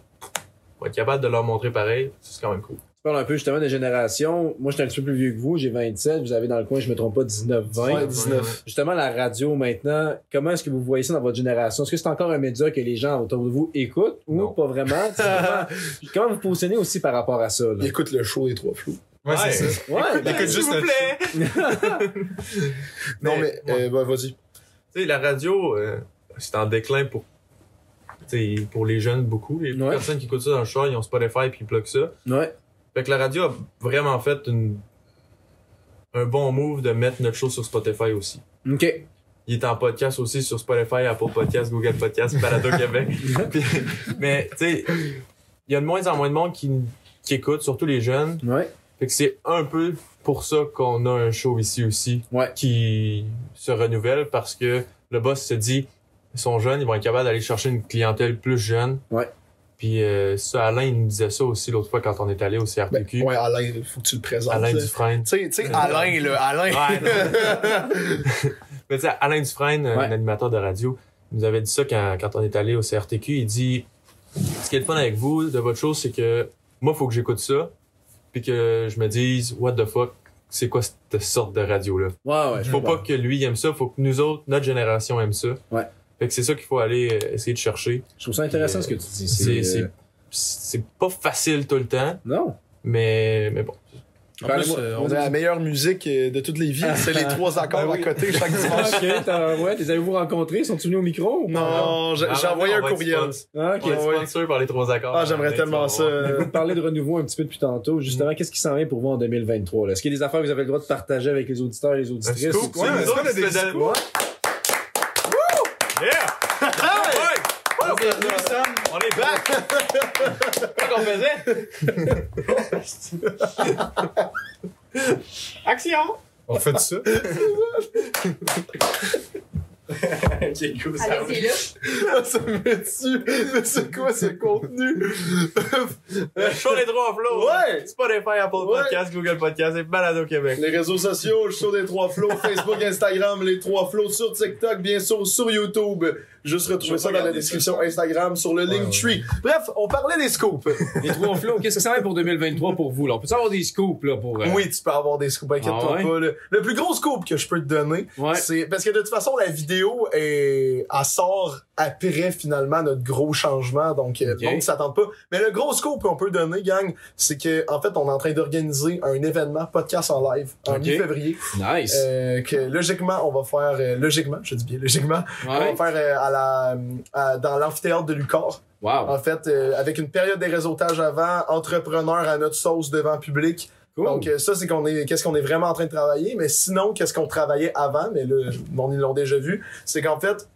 F: on va être capable de leur montrer pareil. C'est quand même cool.
D: Tu parles un peu justement des générations. Moi, je suis un petit peu plus vieux que vous, j'ai 27, vous avez dans le coin, je me trompe pas, 19, 20.
E: Ouais, 19.
D: Justement, la radio maintenant, comment est-ce que vous voyez ça dans votre génération? Est-ce que c'est encore un média que les gens autour de vous écoutent ou
F: Non.
D: pas vraiment? C'est
F: *laughs*
D: vraiment- comment vous positionnez aussi par rapport à ça? Là?
E: Il écoute le show des trois flots.
A: Ouais,
F: Ouais.
A: c'est
F: *laughs*
A: ça.
D: Ouais, ben,
A: Il écoute juste notre show.
D: *laughs*
E: Non, mais, euh, bah, vas-y.
F: Tu sais, la radio, euh, c'est en déclin pour, tu sais, pour les jeunes beaucoup. Les
D: Ouais.
F: personnes qui écoutent ça dans le char, ils ont Spotify puis ils pluguent ça.
D: ouais.
F: Fait que la radio a vraiment fait une, un bon move de mettre notre show sur Spotify aussi.
D: OK.
F: Il est en podcast aussi sur Spotify, Apple Podcast, Google Podcast, Balado Québec. Puis- mais, tu sais, il y a de moins en moins de monde qui, qui écoute, surtout les jeunes.
D: Ouais.
F: Fait que c'est un peu pour ça qu'on a un show ici aussi
D: Ouais.
F: qui se renouvelle parce que le boss se dit, ils sont jeunes, ils vont être capables d'aller chercher une clientèle plus jeune.
D: Ouais.
F: Puis euh, ça, Alain, il nous disait ça aussi l'autre fois quand on est allé au
E: Ben,
F: CRTQ.
E: ouais, Alain, il faut que tu le présentes.
F: Alain
E: là.
F: Dufresne.
E: Tu sais, tu sais, Alain, là,
F: Ouais,
E: *laughs* Alain.
F: Mais tu sais, Alain Dufresne, un
D: Ouais.
F: animateur de radio, nous avait dit ça quand, quand on est allé au CRTQ. Il dit Ce qui est le fun avec vous, de votre chose, c'est que moi, il faut que j'écoute ça, puis que je me dise What the fuck, c'est quoi cette sorte de radio-là
D: Ouais, ouais.
F: Faut pas que lui aime ça, faut que nous autres, notre génération aime ça.
D: Ouais.
F: Fait que c'est ça qu'il faut aller euh, essayer de chercher.
D: Je trouve ça intéressant
F: Euh,
D: ce que tu dis.
F: C'est-
D: C'est.
F: C'est
D: euh,
F: c'est pas facile tout le temps,
D: Non.
F: mais, mais bon.
E: En
D: Ben,
E: plus, euh, on a la meilleure musique euh, de toutes les
F: *laughs*
E: villes. C'est les trois
F: Ah
E: accords à côté chaque dimanche.
D: ok, t'as- ouais, les avez-vous rencontrés? Sont-ils venus au micro? ou pas?
E: Non, j'ai
F: Ah,
E: j'ai
F: non,
E: envoyé
F: on
E: un
F: va être
E: courriel.
F: spons-
D: Ah, ok.
F: on va être
E: ouais.
F: sponsor par les trois accords.
E: Ah, j'aimerais
F: Alain,
E: tellement
F: tu
E: ça.
F: vas voir.
E: euh,
D: Vous parlez de renouveau un petit peu depuis tantôt. Justement, qu'est-ce qui s'en vient pour vous en 2023? là? Est-ce qu'il y a des affaires que vous avez le droit de partager avec les auditeurs et les
F: Un
D: auditrices?
F: scoop,
A: Ouais,
F: c'est
A: mais
F: nous
A: ça,
F: autres
A: on a
F: qui
A: des
F: se fait
A: scoops. Yeah! Ouais! Ouais, bienvenue, Sam.
F: On est
A: *laughs*
F: back! Qu'est-ce qu'on faisait? *laughs*
A: Action! On fait ça?
G: Allez, c'est là.
E: *laughs* Ça me met dessus. Mais c'est quoi ce contenu? *laughs*
F: *laughs* Le show des trois flots!
E: Ouais.
F: Spotify, Apple Podcast, Google Podcast et Balado Québec.
E: Les réseaux sociaux, je suis sur des trois
D: *laughs*
E: flots, Facebook, Instagram, les trois flots sur TikTok, bien sûr sur YouTube. Juste retrouver ça dans la description Instagram sur le Linktree. Bref, on parlait des scoops.
D: Les trois flots, qu'est-ce que ça va pour 2023 pour vous? Là? On peut avoir des scoops là, pour. euh,
E: *laughs* Oui, tu peux avoir des scoops, inquiète-toi
D: Ah ouais?
E: pas. là. Le plus gros scoop que je peux te donner,
D: Ouais.
E: c'est parce que de toute façon, la vidéo est... elle sort après finalement notre gros changement, donc euh,
D: Ok.
E: le monde s'attend pas. Mais le gros scoop qu'on peut donner, gang, c'est que en fait, on est en train d'organiser un événement podcast en live en
D: Ok.
E: mi-février.
D: Nice.
E: Euh, que
D: Ah.
E: logiquement, on va faire euh, logiquement, je dis bien logiquement,
D: Ouais.
E: on va faire euh, à la à- dans amphithéâtre de Lucar.
D: wow.
E: En fait, euh, avec une période de réseautage avant, entrepreneur à notre sauce devant public.
D: Cool.
E: Donc euh, ça, c'est qu'on est, qu'est-ce qu'on est vraiment en train de travailler. Mais sinon, qu'est-ce qu'on travaillait avant, mais là, on, ils l'ont déjà vu, c'est qu'en fait,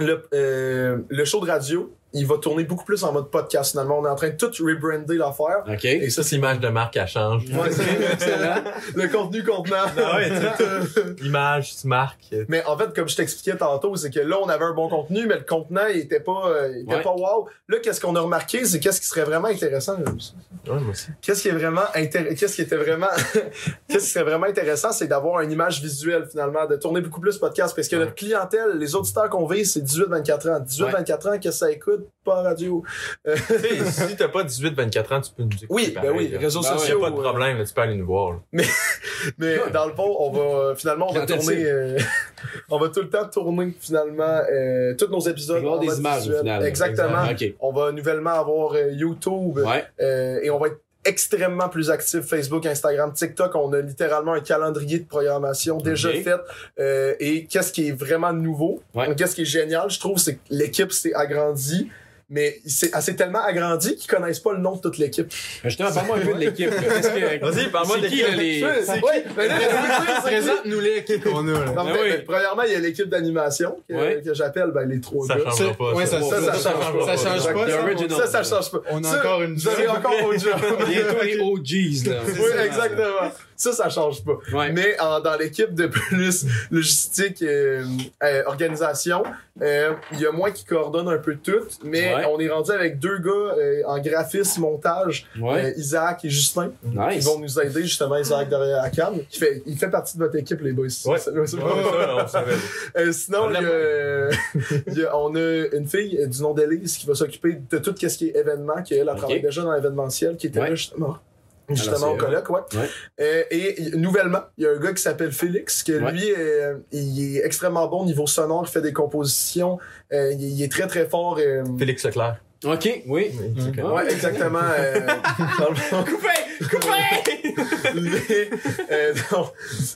E: le, euh, le show de radio, il va tourner beaucoup plus en mode podcast. Finalement, on est en train de tout rebrander l'affaire.
D: OK.
E: Et ça,
F: Ça, c'est l'image de marque, elle change.
E: Ouais, c'est excellent. *laughs* Le contenu contenant.
F: Ah ouais, L'image, tu marques.
E: Mais en fait, comme je t'expliquais tantôt, c'est que là, on avait un bon contenu, mais le contenant, il était pas, euh, il était
D: Ouais.
E: pas wow. Là, qu'est-ce qu'on a remarqué, c'est qu'est-ce qui serait vraiment intéressant. là, aussi.
F: Ouais, moi aussi.
E: Qu'est-ce qui est vraiment intér- qu'est-ce qui était vraiment, *laughs* qu'est-ce qui serait vraiment intéressant, c'est d'avoir une image visuelle finalement, de tourner beaucoup plus podcast, parce que
F: Ouais.
E: notre clientèle, les auditeurs qu'on vise, c'est 18-24 ans. 18-24 ans, qu'est-ce que ça écoute, pas en radio. Euh,
F: tu sais, si t'as pas 18-24 ans, tu peux nous écouter.
E: Oui, ben
F: pareil,
E: oui,
F: là.
E: réseaux
F: Ben ouais,
E: sociaux,
F: y a pas de
E: euh,
F: problème, là, tu peux aller nous voir. là.
E: Mais dans le fond, on va euh, finalement on va
D: Clientèle
E: tourner euh, *laughs* on va tout le temps tourner finalement euh, tous nos épisodes
D: Il va y avoir
E: en
D: des
E: mode
D: images, au
E: visuel.
D: final.
E: Exactement.
D: Exactement. Ok.
E: On va nouvellement avoir euh, YouTube
D: Ouais.
E: euh, et on va être extrêmement plus actif Facebook, Instagram, TikTok. On a littéralement un calendrier de programmation déjà
D: Ok.
E: fait. Euh, et qu'est-ce qui est vraiment nouveau?
D: Ouais.
E: Qu'est-ce qui est génial, je trouve, c'est que l'équipe s'est agrandie. Mais c'est elle s'est tellement agrandie qu'ils connaissent pas le nom de toute l'équipe.
D: Justement, parle-moi un peu de l'équipe. là. Qu'est-ce que-
F: Vas-y, parle-moi
D: c'est
F: de
D: qui,
F: l'équipe.
D: là,
E: *laughs*
D: les- *laughs*
E: C'est ouais, mais là, c'est-
A: Présente-nous les qui qu'on a, là.
E: Non,
D: Ben
E: mais-
D: oui.
E: mais premièrement, il y a l'équipe d'animation que,
D: Ouais.
E: que j'appelle ben, les trois
F: Ça
E: gars.
F: changera pas.
A: Ouais, ça, ça, ça,
E: Ça change
A: change
E: pas.
A: pas. Ça change pas.
E: The
A: ça.
D: original.
E: Ça, ça change pas.
A: On a
E: Ça,
A: encore une
E: Vous avez
A: job.
E: encore une job.
D: Bientôt les OGs, là.
E: oui, exactement. Ça, ça change pas.
D: Ouais.
E: Mais en- dans l'équipe de plus *laughs* logistique, euh, euh, organisation, euh, il y a moi qui coordonne un peu tout, mais
D: Ouais.
E: on est rendu avec deux gars euh, en graphisme, montage,
D: Ouais.
E: euh, Isaac et Justin, qui
D: Nice.
E: vont nous aider justement, Isaac derrière la cam. Qui fait, il fait partie de votre équipe, les boys.
F: Ouais.
E: Ça, c'est-
F: Ouais, ça, on savait.
E: *laughs* euh, sinon, il y a, euh, *laughs* il y a- on a une fille euh, du nom d'Élise qui va s'occuper de tout ce qui est événement, qui elle, elle travaille déjà dans l'événementiel, qui était
D: Ouais.
E: là justement. Justement,
D: Ah, c'est
E: au colloque, ouais.
D: Ouais.
E: Euh, et il- nouvellement, il y a un gars qui s'appelle Félix, que
D: Ouais.
E: lui, euh, il est extrêmement bon au niveau sonore, il fait des compositions, euh, il, il est très très fort. euh,
F: Félix Leclerc.
D: OK, oui.
E: Ouais, exactement. euh, dans le fond. mais, euh, non.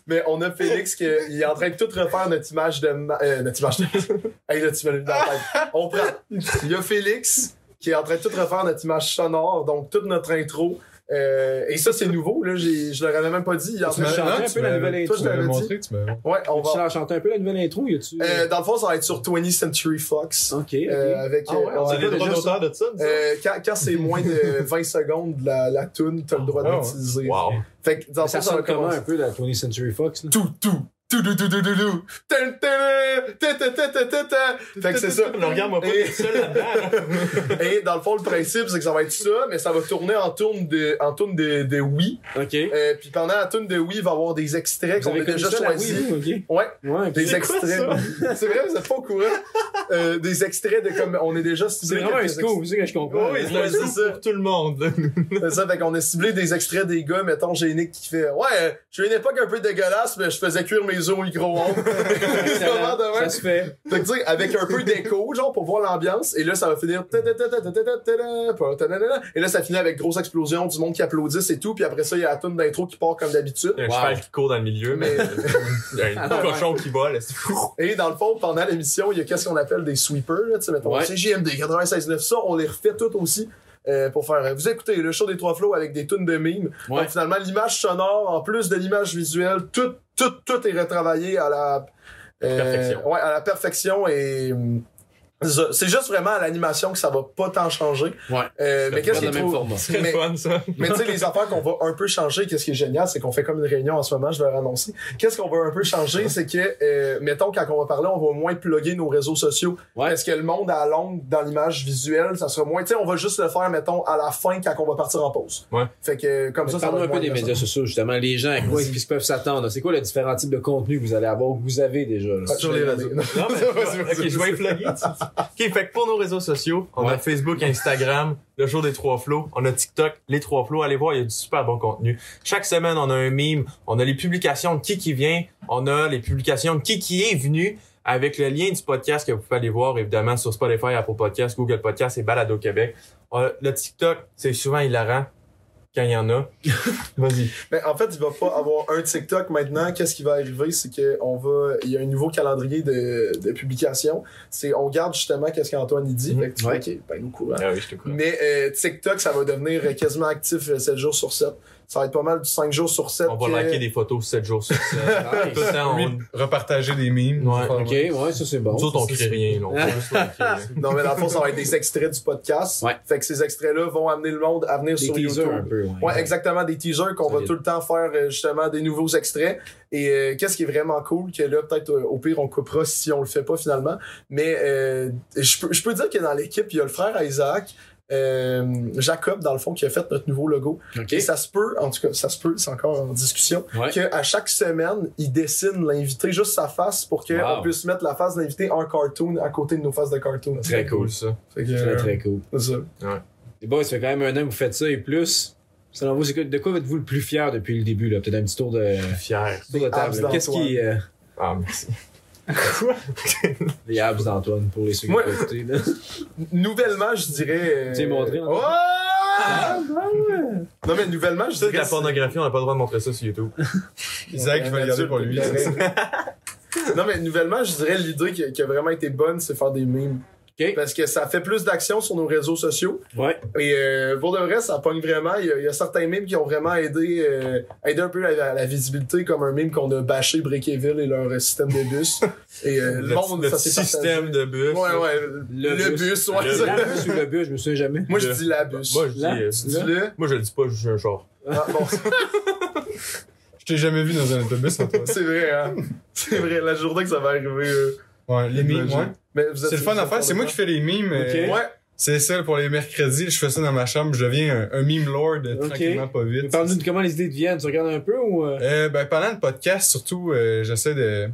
E: mais on a Félix qui est en train de tout refaire notre image de. ma- euh, notre image de. *laughs* hey, là, tu m'as mis dans la tête. On prend. Il y a Félix qui est en train de tout refaire notre image sonore, donc toute notre intro. Euh, et ça, c'est nouveau, là. j'ai- Je leur avais même pas dit. Il est en
A: Tu
E: train
A: m'avais-
E: de-
D: chanter
A: non,
D: un peu
A: tu
D: la
A: m'avais-
D: nouvelle
A: toi,
E: intro.
A: je t'avais montré, tu
F: Ah
A: m'avais-
E: Ouais, on
D: Tu
E: va.
D: vas chanter un peu la nouvelle intro, y a-tu?
E: Euh, dans le fond, ça va être sur 20th Century Fox.
D: OK, OK.
E: euh, avec,
D: Ah ouais,
E: euh,
D: on
E: on
D: a
E: a
D: les
E: déjà
D: droits
E: ça.
F: d'auteur de ça, nous autres?
E: Euh, quand quand c'est moins de 20 secondes, la, la toune, t'as le droit
A: Ah ouais.
E: d'utiliser.
F: Wow.
E: Fait que dans le
D: Ça
E: fond, ça va
D: ressemble comment
E: commencer.
D: un peu la 20th Century Fox, là?
E: tout, tout, Tout, tout, tout, tout, tout, tout. Tel, tel, ta, ta, ta, ta, ta, ta. Fait que c'est ça.
F: Le regard m'a pas
E: Et-
F: tout seul là-dedans.
E: *laughs* Et dans le fond, le principe, c'est que ça va être ça, mais ça va tourner en tourne de, en tourne de, de Wii.
D: Ok.
E: Euh, puis pendant la tourne de Wii, il va y avoir des extraits qu'on
D: Vous avez
E: a
D: connu
E: déjà
D: ça, la Wii,
E: choisis.
D: vous, ok?
E: Ouais.
D: Ouais, ok.
E: Des extraits. *laughs* C'est vrai, vous êtes pas au courant. Euh, des extraits de comme on est déjà
D: C'est
E: ciblé.
D: vraiment un
E: quelques
D: scoop, c'est ça que je comprends.
E: Oui,
F: C'est un
E: c'est
F: zoom
E: ça.
F: pour tout le monde.
E: C'est ça, fait qu'on a ciblé des extraits des gars, mettons, j'ai Nick qui fait Ouais, euh, j'ai une époque un peu dégueulasse, mais je faisais cuire mes œufs au
D: *laughs*
E: micro-ondes. C'est vraiment de
D: ça
E: même.
D: se fait.
E: Fait que tu sais, avec un peu d'écho, genre, pour voir l'ambiance, et là, ça va finir. Et là, ça finit avec grosse explosion, du monde qui applaudisse et tout, puis après ça, il y a la tune d'intro qui part comme d'habitude.
F: Un cheval qui court dans le milieu, mais. euh, un cochon qui vole. c'est-
E: *laughs* Et dans le fond, pendant l'émission, il y a qu'est-ce qu'on appelle des sweepers, là, tu sais, mettons,
D: Ouais.
E: CJMD 96.9, ça, on les refait toutes aussi. euh, pour faire, euh, vous écoutez le show des trois flots avec des tunes de mimes.
D: Ouais.
E: Donc finalement, l'image sonore, en plus de l'image visuelle, tout, tout, tout est retravaillé à la euh,
F: Perfection.
E: Ouais, à la perfection et hum, ça, c'est juste vraiment à l'animation que ça va pas tant changer.
D: Ouais.
E: Euh, mais qu'est-ce qui est
D: le même
E: trop-
D: format.
F: C'est
E: Mais-
F: le fun, ça.
E: mais tu sais, les affaires qu'on va un peu changer, qu'est-ce qui est génial, c'est qu'on fait comme une réunion en ce moment, je vais leur annoncer. Qu'est-ce qu'on va un peu changer, c'est que, euh, mettons, quand on va parler, on va moins plugger nos réseaux sociaux.
D: Ouais.
E: Parce que le monde à longue, dans l'image visuelle, ça sera moins. Tu sais, on va juste le faire, mettons, à la fin, quand on va partir en pause.
F: Ouais.
E: Fait que, comme ça, ça va
D: Parle-nous un
E: être
D: peu
E: moins
D: des
E: intéressant.
D: médias sociaux, justement. Les gens, à quoi ils peuvent s'attendre? C'est quoi le différent type de contenu que vous allez avoir, que vous avez déjà? là?
E: Ouais, Sur les réseaux.
F: Non,
E: *laughs*
F: mais ok, je vais y plugger. Ok, fait que pour nos réseaux sociaux, on a Facebook, Instagram, le jour des trois flots, on a TikTok, les trois flots. Allez voir, il y a du super bon contenu. Chaque semaine, on a un mime, on a les publications de qui qui vient, on a les publications de qui qui est venu avec le lien du podcast que vous pouvez aller voir évidemment sur Spotify, Apple Podcast, Google Podcast et Balado Québec. Euh, le TikTok, c'est souvent hilarant quand il y en a. Vas-y.
E: Mais en fait, il va pas avoir un TikTok maintenant. Qu'est-ce qui va arriver, c'est que on va, il y a un nouveau calendrier de, de publication. C'est, on garde justement qu'est-ce qu'Antoine il dit. Fait que tu
D: Mhm. Ouais.
E: vois qu'il est ben au courant.
F: Ah oui, je te coupe.
E: Mais euh, TikTok, ça va devenir euh, quasiment actif 7 jours sur 7. Ça va être pas mal du 5 jours sur 7.
F: On va liker des photos 7 jours
E: *laughs*
F: sur 7. Tout le temps, on...
A: Repartager des mimes.
F: Ah, Ouais,
A: Enfin,
D: Ok, ouais, ça c'est bon.
F: Nous autres, on crée rien. là. On fait
E: *laughs*
F: juste liker.
E: Non, mais dans le fond, ça va être des extraits du podcast.
D: Ouais.
E: Fait que ces extraits-là vont amener le monde à venir
D: Des
E: sur
D: teasers
E: YouTube.
D: un peu, ouais.
E: Ouais, exactement, des teasers qu'on va
D: Solide.
E: tout le temps faire, euh, justement, des nouveaux extraits. Et euh, qu'est-ce qui est vraiment cool, que là, peut-être, euh, au pire, on coupera si on le fait pas finalement. Mais euh, je peux, je peux dire que dans l'équipe, il y a le frère Isaac, euh, Jacob, dans le fond, qui a fait notre nouveau logo.
D: Ok.
E: Et ça se peut, en tout cas, ça se peut, c'est encore en discussion,
D: Ouais.
E: qu'à chaque semaine, il dessine l'invité, juste sa face, pour qu'on
D: Wow.
E: puisse mettre la face de l'invité en cartoon à côté de nos faces de cartoon.
D: Très cool.
F: ça.
E: Fait que,
D: Très,
E: euh,
D: très cool.
E: c'est ça.
D: Et bon, ça fait quand même un an que vous faites ça et plus. Selon vous, c'est que- de quoi êtes-vous le plus fier depuis le début? là? Peut-être un petit tour de,
F: Fier.
D: tour de
E: abs
D: table. là. Qu'est-ce
E: d'Antoine.
D: qui. euh,
F: Ah, merci.
D: les abs d'Antoine pour les ceux qui
E: Ouais.
D: peuvent écouter, *laughs* là.
E: Nouvellement, je dirais. euh,
D: Tu l'as montré, en
E: *laughs* Ouais! Non, mais nouvellement, je
F: Tu sais, de
E: dirais.
F: la pornographie, on n'a pas le droit de montrer ça sur YouTube.
A: *laughs* Isaac, je vais le garder pour lui.
D: *laughs*
E: Non, mais nouvellement, je dirais l'idée qui, qui a vraiment été bonne, c'est faire des memes.
D: Ok.
E: Parce que ça fait plus d'action sur nos réseaux sociaux.
D: Ouais.
E: Et euh, pour de vrai, ça pogne vraiment. Il y, a, il y a certains memes qui ont vraiment aidé, euh, aidé un peu à, la- à la visibilité, comme un meme qu'on a bâché Brickeville et leur euh, système de bus. Et euh, le,
F: Le
E: monde,
F: petit-
E: ça
F: le
E: s'est
F: petit
E: partagé.
F: système de bus.
E: Ouais,
F: là.
E: ouais. Le, bus. ouais.
F: Le
D: La bus ou le bus, je me souviens jamais.
E: *laughs* Moi, je
F: Le-
E: dis la bus.
F: Moi, je dis.
D: Là,
F: euh,
E: Tu dis le.
F: Moi, je le dis pas, je suis un genre.
E: Ah, bon,
A: Je t'ai jamais vu dans un autobus, Antoine.
E: c'est vrai, hein. C'est vrai, la journée que ça va arriver. euh,
A: Ouais, les mimes, ouais.
E: Mais vous êtes-
A: C'est le fun
E: vous
A: à
E: êtes
A: faire. C'est moi
E: de
A: qui fais les mimes. euh,
D: Ok.
E: quoi? Ouais.
A: C'est ça, pour les mercredis, je fais ça dans ma chambre, je deviens un, un meme lord euh,
D: Ok.
A: tranquillement, pas
D: Mais
A: vite.
D: Parle-nous de comment les idées te viennent. Tu regardes un peu ou. euh,
A: Euh, ben, pendant le podcast, surtout, euh, j'essaie de,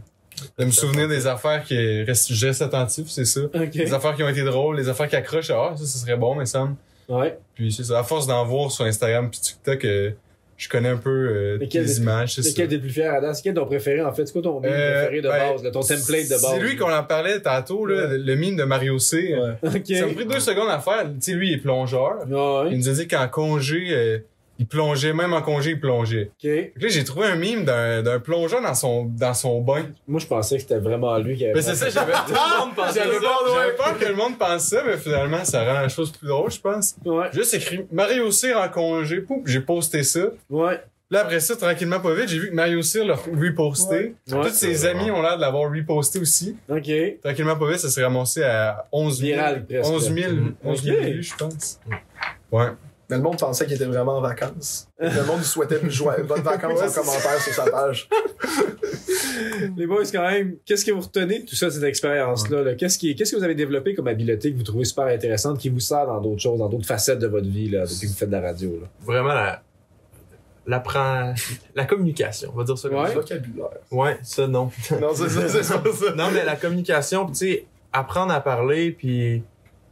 A: de me souvenir des affaires qui restent, je reste attentif, c'est ça.
D: Ok.
A: Les affaires qui ont été drôles, les affaires qui accrochent, ah, ça, ça serait bon, mais ça me.
D: Ouais.
A: Puis c'est ça, à force d'en voir sur Instagram puis TikTok, euh, je connais un peu euh,
D: Lesquels
A: les
D: des-
A: images, c'est ça.
D: Lequel t'es plus fier à date? C'est quel ton préféré en fait? C'est quoi ton meme
A: Euh,
D: préféré de
A: ben,
D: base, là, ton template de base?
A: C'est lui qu'on en parlait tantôt, là,
D: Ouais.
A: le mime de Mario C. euh,
D: Ok.
A: Ça m'a pris deux secondes à faire. Tu sais, lui, il est plongeur. Il
D: Ouais.
A: nous a dit qu'en congé, euh, il plongeait, même en congé, il plongeait.
D: Ok.
A: Fait que là, j'ai trouvé un mime d'un d'un plongeur dans son, dans son bain.
D: Moi, je pensais que c'était vraiment lui qui avait.
A: Mais Ben, c'est ça, j'avais *laughs*
E: Ah,
A: j'avais peur, j'avais peur que le monde pense ça, mais finalement, ça rend la chose plus drôle, je pense.
D: Ouais.
A: Juste écrit Mario Cyr en congé, pouf, j'ai posté ça.
D: Ouais.
A: Là, après ça, tranquillement, pas vite, j'ai vu que Mario Cyr l'a reposté.
D: Ouais. Ouais.
A: Tous ses amis ont l'air de l'avoir reposté aussi.
D: Ok.
A: Tranquillement, pas vite, ça s'est ramassé à 11 000.
D: Viral, presque.
A: 11 000,
F: Mhm.
A: 11 000
D: Ok.
A: vues, je pense. Ouais.
E: Mais le monde pensait qu'il était vraiment en vacances. Le monde lui souhaitait joyeux- bonnes vacances en commentaire sur sa page.
D: Les boys, quand même, qu'est-ce que vous retenez de tout ça, de cette expérience-là? là? Qu'est-ce, qui, qu'est-ce que vous avez développé comme habileté que vous trouvez super intéressante, qui vous sert dans d'autres choses, dans d'autres facettes de votre vie, là, depuis que vous faites de la radio? Là?
F: Vraiment, la, la, pren- *laughs* la communication, on va dire ça comme
D: Ouais.
F: ça.
E: Vocabulaire.
F: Ouais, ça non.
E: Non, c'est ça, c'est ça. ça.
F: non, mais la communication, puis tu sais, apprendre à parler, puis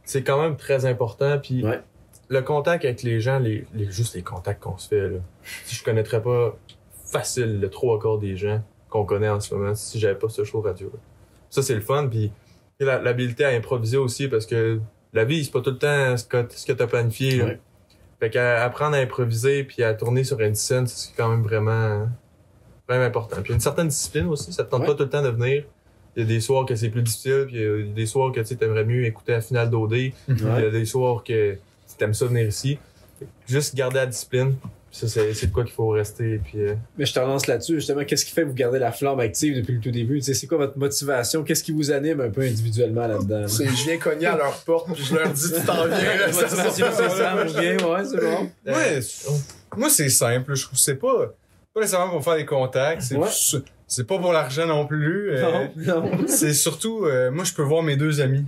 F: c'est quand même très important. Puis
D: Ouais.
F: le contact avec les gens, les, les- juste les contacts qu'on se fait, là. Si je connaîtrais pas facile le trois quarts des gens qu'on connaît en ce moment, si j'avais pas ce show radio. là. Ça, c'est le fun. Puis la- l'habilité à improviser aussi, parce que la vie, c'est pas tout le temps ce que, ce que t'as planifié. là.
D: Ouais.
F: Fait qu'apprendre à improviser puis à tourner sur une scène, c'est quand même vraiment, vraiment important. Puis une certaine discipline aussi, ça te tente
D: Ouais.
F: pas tout le temps de venir. Il y a des soirs que c'est plus difficile, puis il y a des soirs que tu sais, t'aimerais mieux écouter la finale d'OD, puis
E: Mhm.
F: il y a des soirs que tu t'aimes ça venir ici. Juste garder la discipline, ça c'est c'est de quoi qu'il faut rester. Puis, euh,
D: Mais je te relance là-dessus, justement, qu'est-ce qui fait que vous gardez la flamme active depuis le tout début? Tu sais, c'est quoi votre motivation? Qu'est-ce qui vous anime un peu individuellement là-dedans? là?
E: C'est- Je viens cogner à leur porte, puis je leur dis, tu t'en viens.
D: La
E: là, ça, ça,
D: motivation, c'est ça, mon gars, ouais, c'est bon.
F: euh,
A: Ouais, c'est- moi, c'est simple. Je trouve c'est pas, pas nécessairement pour faire des contacts. C'est
D: Ouais.
A: su- c'est pas pour l'argent non plus. *laughs* euh,
D: Non, non.
A: *laughs* C'est surtout, euh, moi, je peux voir mes deux amis.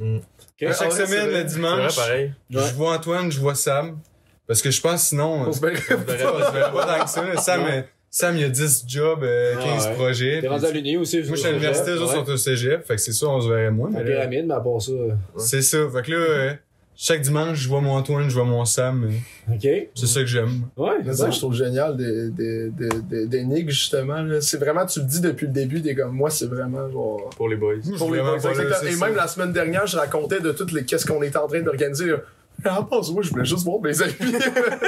A: À chaque
E: Ah ouais, c'est
A: semaine, le
E: vrai.
F: Mm. c'est vrai
A: dimanche,
F: pareil.
A: je vois Antoine, je vois Sam. Parce que je pense sinon,
E: On
A: euh,
E: se verrait.
F: Je verrais
A: on se
F: pas-
A: verra pas tant que ça. là. Sam,
D: Ouais.
A: euh, Sam, il a 10 jobs, euh,
D: Ah
A: 15
D: ouais.
A: projets. puis-
D: T'es rendu à l'Uni aussi?
A: Moi, je suis à l'université, eux autres sont au cégep. Fait que c'est sûr, on se verrait moins.
D: La
A: mais là,
D: pyramide, mais à part ça. euh,
A: C'est ça. Fait que là, euh, chaque dimanche, je vois mon Antoine, je vois mon Sam. euh,
D: OK. Mm. Ouais,
A: C'est ça que j'aime.
E: Mais
D: bon.
E: ça, je trouve génial des, des, des, des, des Nicks, justement. là. C'est vraiment, tu le dis depuis le début, des comme moi, c'est vraiment genre.
F: Pour les boys.
A: Moi, je
E: Pour
A: suis
E: les
A: vraiment
E: boys,
A: pas là,
E: exactement.
A: c'est
E: Et
A: ça.
E: même la semaine dernière, je racontais de toutes les qu'est-ce qu'on était en train d'organiser. En pense, moi, je voulais juste voir mes amis.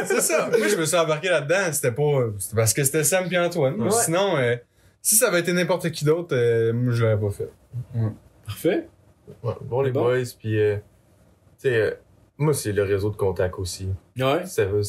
A: C'est ça. Moi, je me suis embarqué là-dedans. C'était pas. C'était parce que c'était Sam et Antoine. Mais Sinon, euh, si ça avait été n'importe qui d'autre, euh, moi, je l'aurais pas fait.
D: Parfait.
F: Ouais, Pour les
D: Bon.
F: boys, puis euh, tu sais, euh, moi c'est le réseau de contacts aussi.
D: Ouais.
F: Ça veut-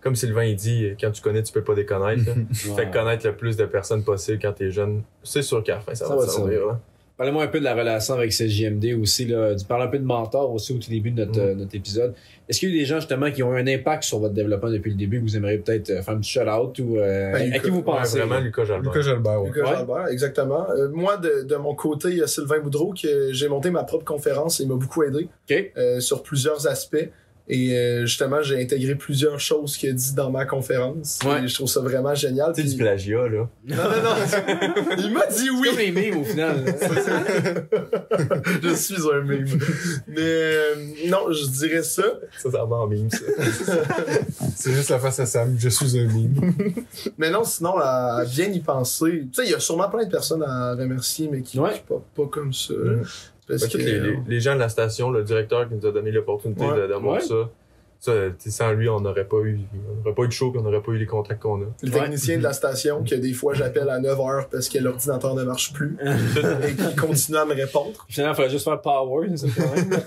F: comme Sylvain il dit, quand tu connais, tu peux pas déconnaître. là. Fait que connaître le plus de personnes possible quand t'es jeune, c'est sûr qu'à la fin, ça,
D: Ça
F: va
D: va
F: te
D: te
F: servir. là.
D: Parlez-moi un peu de la relation avec CJMD aussi. Là. Tu parles un peu de mentor aussi au tout début de notre,
F: Mm.
D: euh, notre épisode. Est-ce qu'il y a eu des gens justement qui ont eu un impact sur votre développement depuis le début que vous aimeriez peut-être euh, faire un petit shout-out ou euh,
E: Ben,
D: à
E: Lucas,
D: qui vous
F: Ouais,
D: pensez?
F: vraiment,
D: là?
F: Lucas Jalbert.
A: Lucas Jalbert,
E: *laughs*
A: ouais.
E: Lucas
D: Ouais.
E: Jalbert, exactement. Euh, moi, de, de mon côté, il y a Sylvain Boudreau, que j'ai monté ma propre conférence et il m'a beaucoup aidé
D: OK.
E: euh, sur plusieurs aspects. Et euh, justement, j'ai intégré plusieurs choses qu'il a dit dans ma conférence.
D: Ouais.
E: Et je trouve ça vraiment génial.
F: Tu sais, du
E: Puis-
F: plagiat, là.
E: Non, non, *laughs* non. il m'a dit
D: C'est
E: oui.
D: Comme les mimes
E: *laughs*
D: au final. là.
E: je suis un mime. Mais euh, non, je dirais ça.
F: Ça, ça va en mime, ça.
A: *laughs* C'est juste la face à Sam. Je suis un mime.
E: Mais non, sinon, à bien y penser. Tu sais, il y a sûrement plein de personnes à remercier, mais qui ne
D: Ouais.
E: pas, pas comme ça.
F: Mm.
E: Parce
F: Fait que
E: que.
F: les, les- les gens de la station, le directeur qui nous a donné l'opportunité
E: Ouais.
F: de- d'avoir
D: Ouais.
F: ça, ça tu sais, sans lui, on n'aurait pas eu on n'aurait pas eu de show, puis on n'aurait pas eu les contacts qu'on a.
E: Le
D: Ouais.
E: technicien de la station que des fois j'appelle à 9h parce que l'ordinateur ne marche plus et qui continue à me répondre.
D: Finalement, il fallait juste faire power. c'est ça, quand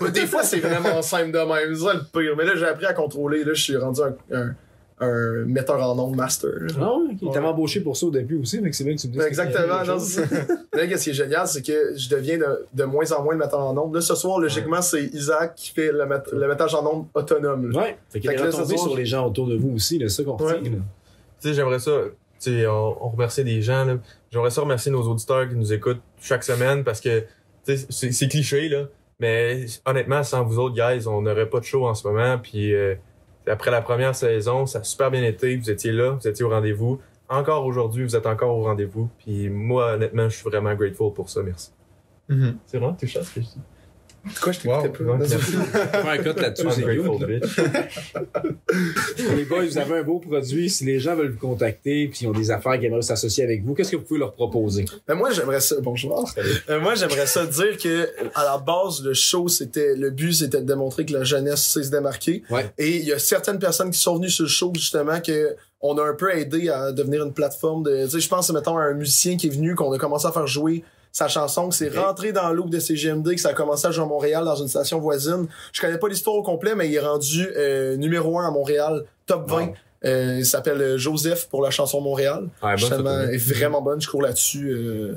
E: *laughs*
D: même.
E: Des fois c'est vraiment simple de même, c'est ça le pire. Mais là j'ai appris à contrôler, là je suis rendu un, un- un metteur en ondes master. là.
D: Ah ouais, il t'avait embauché pour ça au début aussi, fait que c'est bien que tu me dises.
E: Ben,
D: que-
E: Exactement. non, c'est ça. *laughs* Là, qu'est-ce qui est génial, c'est que je deviens de, de moins en moins le metteur en ondes. Là, ce soir, logiquement, c'est Isaac qui fait le, met- le mettage en ondes autonome. là.
D: Ouais. Fait qu'il
E: Fait
D: est
E: que là, ça
D: retombé
E: se voit.
D: sur les gens autour de vous aussi, là, c'est ça qu'on
E: Ouais.
D: retient. là.
F: tu sais, j'aimerais ça. Tu sais, on, on remercie des gens. là. J'aimerais ça remercier nos auditeurs qui nous écoutent chaque semaine parce que tu sais, c'est c'est cliché, là. Mais honnêtement, sans vous autres, guys, on n'aurait pas de show en ce moment. Puis euh, après la première saison, ça a super bien été. Vous étiez là, vous étiez au rendez-vous. Encore aujourd'hui, vous êtes encore au rendez-vous. Puis moi, honnêtement, je suis vraiment grateful pour ça. Merci.
A: Mhm.
F: C'est vraiment touchant ce que je dis.
E: Quoi, je t'écoutais
A: Wow.
E: pas.
F: Ouais,
E: Vas-y.
F: merci.
D: Faire un cut là-dessus,
F: I'm
D: c'est
F: grateful,
D: good, là.
F: bitch.
D: *laughs* Les boys, vous avez un beau produit. Si les gens veulent vous contacter puis ils ont des affaires qui aimeraient s'associer avec vous, qu'est-ce que vous pouvez leur proposer?
E: Ben, moi, j'aimerais ça. Bonjour. Euh, moi, j'aimerais ça dire que, à la base, le show, c'était, le but, c'était de démontrer que la jeunesse sait se démarquer.
D: Ouais.
E: Et il y a certaines personnes qui sont venues sur le show, justement, que on a un peu aidé à devenir une plateforme de, tu sais, je pense, mettons, à un musicien qui est venu, qu'on a commencé à faire jouer sa chanson, que c'est rentré dans le loop de CGMD, que ça a commencé à jouer à Montréal dans une station voisine. Je connais pas l'histoire au complet, mais il est rendu euh, numéro un à Montréal, top 20. Euh, il s'appelle euh, Joseph pour la chanson Montréal.
F: Ouais, bonne
E: Justement,
F: photo.
E: elle est vraiment bonne. Je cours là-dessus. euh,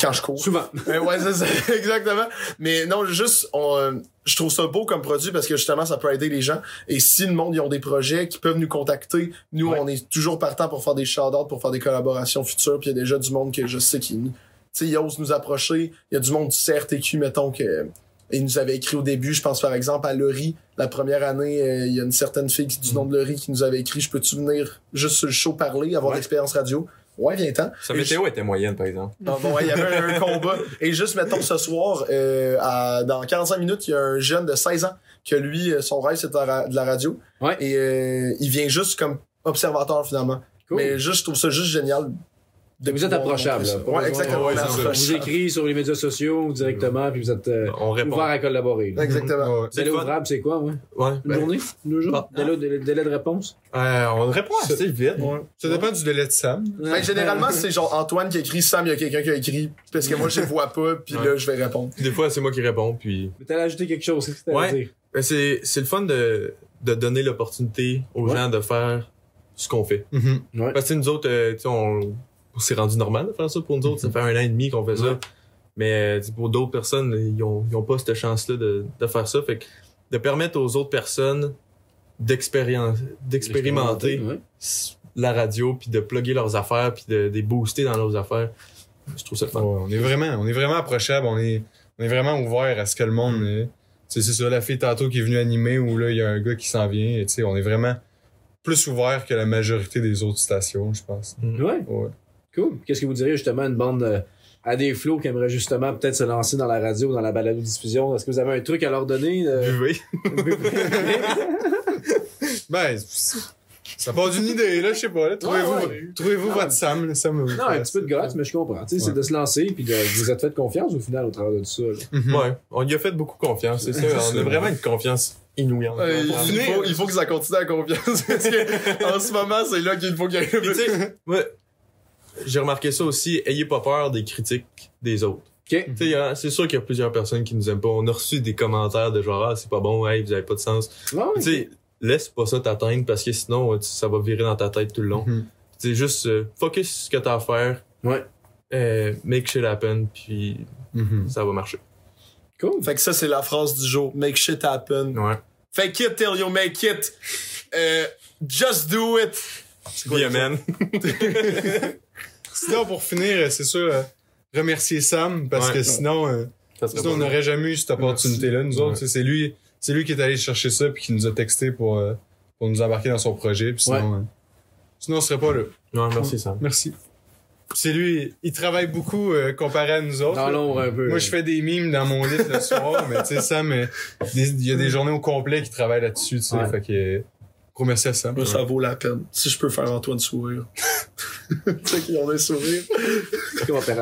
E: quand je cours.
D: Souvent.
E: *laughs* Euh, ouais, c'est ça, exactement. Mais non, juste, on, euh, je trouve ça beau comme produit parce que justement, ça peut aider les gens. Et si le monde, ils ont des projets qui peuvent nous contacter, nous, on est toujours partant pour faire des shout-outs, pour faire des collaborations futures. Puis il y a déjà du monde que je sais qui, tu sais, ils osent nous approcher. Il y a du monde du CRTQ, mettons, que, il nous avait écrit au début, je pense par exemple à Laurie, la première année, euh, il y a une certaine fille qui- du nom de Laurie qui nous avait écrit, je peux-tu venir juste sur le show parler, avoir
F: Ouais.
E: l'expérience radio? Ouais, viens-t'en.
F: Sa
E: Et je-
F: météo était moyenne, par exemple.
E: ah bon, ouais, il y avait un, un combat. Et juste, mettons, ce soir, euh, à- dans 45 minutes, il y a un jeune de 16 ans que lui, euh, son rêve, c'est de, la ra- de la radio.
D: Ouais.
E: Et euh, il vient juste comme observateur, finalement.
D: Cool.
E: Mais juste, je trouve ça juste génial. de
D: Vous êtes
E: pouvoir
D: approchable.
E: montrer ça.
D: là. Pas
E: Ouais,
D: besoin-
E: exactement.
F: Ouais,
E: on est
F: c'est ça.
D: Je vous
E: approchable.
D: écris sur les médias sociaux directement, puis vous êtes euh,
F: Ah. On répond.
D: ouvert à collaborer. là.
E: Exactement.
A: Ouais, ouais.
F: C'est
D: Délai
F: le fun. Ben,
D: ouvrable, c'est quoi, ouais?
F: Ouais.
D: Une journée? Deux jours? Délai, délai- délai de réponse?
F: Euh, on répond assez vite.
A: Ça dépend du délai de Sam.
E: Fait que généralement, c'est genre Antoine qui écrit, Sam, il y a quelqu'un qui a écrit, parce que moi, je les vois pas, puis
F: Ouais.
E: là, je vais répondre.
F: *laughs* Des fois, c'est moi qui réponds, puis...
D: Mais t'allais ajouter quelque chose, qu'est-ce que t'allais
F: Ouais.
D: dire?
F: Ben, c'est, c'est le fun de, de donner l'opportunité aux
D: Ouais.
F: gens de faire ce qu'on fait.
A: Mhm.
D: Ouais.
F: Parce que nous autres, euh, tu sais, on, on s'est rendu normal de faire ça pour nous autres. Ça
D: Mhm.
F: fait un an et demi qu'on fait ça. Mais euh, tu sais, pour d'autres personnes, ils ont, ils ont pas cette chance-là de, de faire ça. Fait que de permettre aux autres personnes d'expérien- d'expérimenter
D: Ouais.
F: s- la radio, puis de plugger leurs affaires, puis de, de les booster dans leurs affaires, je trouve ça le
A: Ouais,
F: fun.
A: on est vraiment, on est vraiment approchable, on est, on est vraiment ouvert à ce que le monde. euh, tu sais, c'est ça, la fille tantôt qui est venue animer ou là, il y a un gars qui s'en vient. et tu sais, on est vraiment plus ouvert que la majorité des autres stations, je pense.
D: Ouais,
A: Ouais.
D: cool. Qu'est-ce que vous diriez justement à une bande euh, à des flots qui aimerait justement peut-être se lancer dans la radio ou dans la balade diffusion? Est-ce que vous avez un truc à leur donner? euh,
F: Buvez.
A: *laughs* Ben, c'est- ça part d'une idée, là, je sais pas. là. Trouvez-vous
D: Ouais, ouais.
A: trouvez-vous votre Sam, là, Sam.
D: Non, un petit peu de gosse, mais je comprends. Tu sais, C'est
A: Ouais.
D: de se lancer puis de vous êtes fait confiance au final au travers de tout ça. là.
A: Mhm.
F: Ouais, on lui a fait beaucoup confiance, c'est ça. On a vraiment une confiance inouïe. en
E: Euh,
F: lui.
E: il, faut, il faut que ça continue à confiance, *laughs* parce que en ce moment, c'est là qu'il faut qu'il y ait
F: Puis, tu sais, moi, j'ai remarqué ça aussi. Ayez pas peur des critiques des autres.
D: OK.
A: Mhm.
F: Tu sais, il y a- C'est sûr qu'il y a plusieurs personnes qui nous aiment pas. On a reçu des commentaires de genre, ah, c'est pas bon, hey, vous avez pas de sens.
D: Ouais,
F: Tu sais, laisse pas ça t'atteindre parce que sinon, euh, tu- ça va virer dans ta tête tout le long.
A: Mhm.
F: Tu sais, juste euh, focus sur ce que t'as à faire.
D: Ouais.
F: Euh, make shit happen, puis
A: Mhm.
F: ça va marcher.
D: cool.
E: Fait que ça, c'est la phrase du jour. Make shit happen.
F: Ouais.
E: Fake it till you make it. Euh, just do it. C'est
F: Be
E: ça?
F: a man.
A: Sinon, pour finir, c'est sûr, euh, remercier Sam, parce
F: Ouais.
A: que sinon, euh,
F: Ça serait
A: sinon on
F: pas-
A: n'aurait jamais eu cette opportunité-là, nous
F: Merci.
A: autres. tu sais, C'est lui, c'est lui qui est allé chercher ça, puis qui nous a texté pour, euh, pour nous embarquer dans son projet, puis sinon, euh, sinon on serait pas là.
F: Non, merci, Sam.
A: Merci. C'est lui, il travaille beaucoup euh, comparé à nous autres.
D: Dans euh,
A: là.
D: l'ombre un peu.
A: Moi, je fais des mimes dans mon lit le soir, mais tu sais, Sam, euh, des- il y a des journées au complet qui travaillent là-dessus, tu sais.
D: Ouais.
A: Fait que, euh, gros merci à Sam.
E: Moi, ça vaut la peine. Si je peux faire Antoine *laughs* sourire. tu sais qu'ils ont des sourires.
D: *laughs* Comment on fait-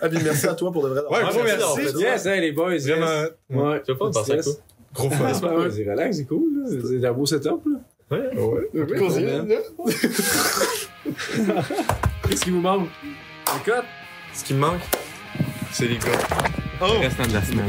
E: Ah, puis merci à toi pour de vrai.
A: Ouais, gros
F: merci
A: merci.
F: d'avoir fait ça.
D: Yes, hey, les boys.
A: Vraiment,
D: yes. Ouais.
F: Je sais pas, on pense à quoi?
A: gros fun.
D: Ouais, ouais, Ah, c'est relax, c'est cool. là. C'est un beau setup. Là.
F: Ouais.
D: man. Qu'est-ce qui vous manque? Un cote?
F: Ce qui me manque, c'est les gars. Le restant de la semaine.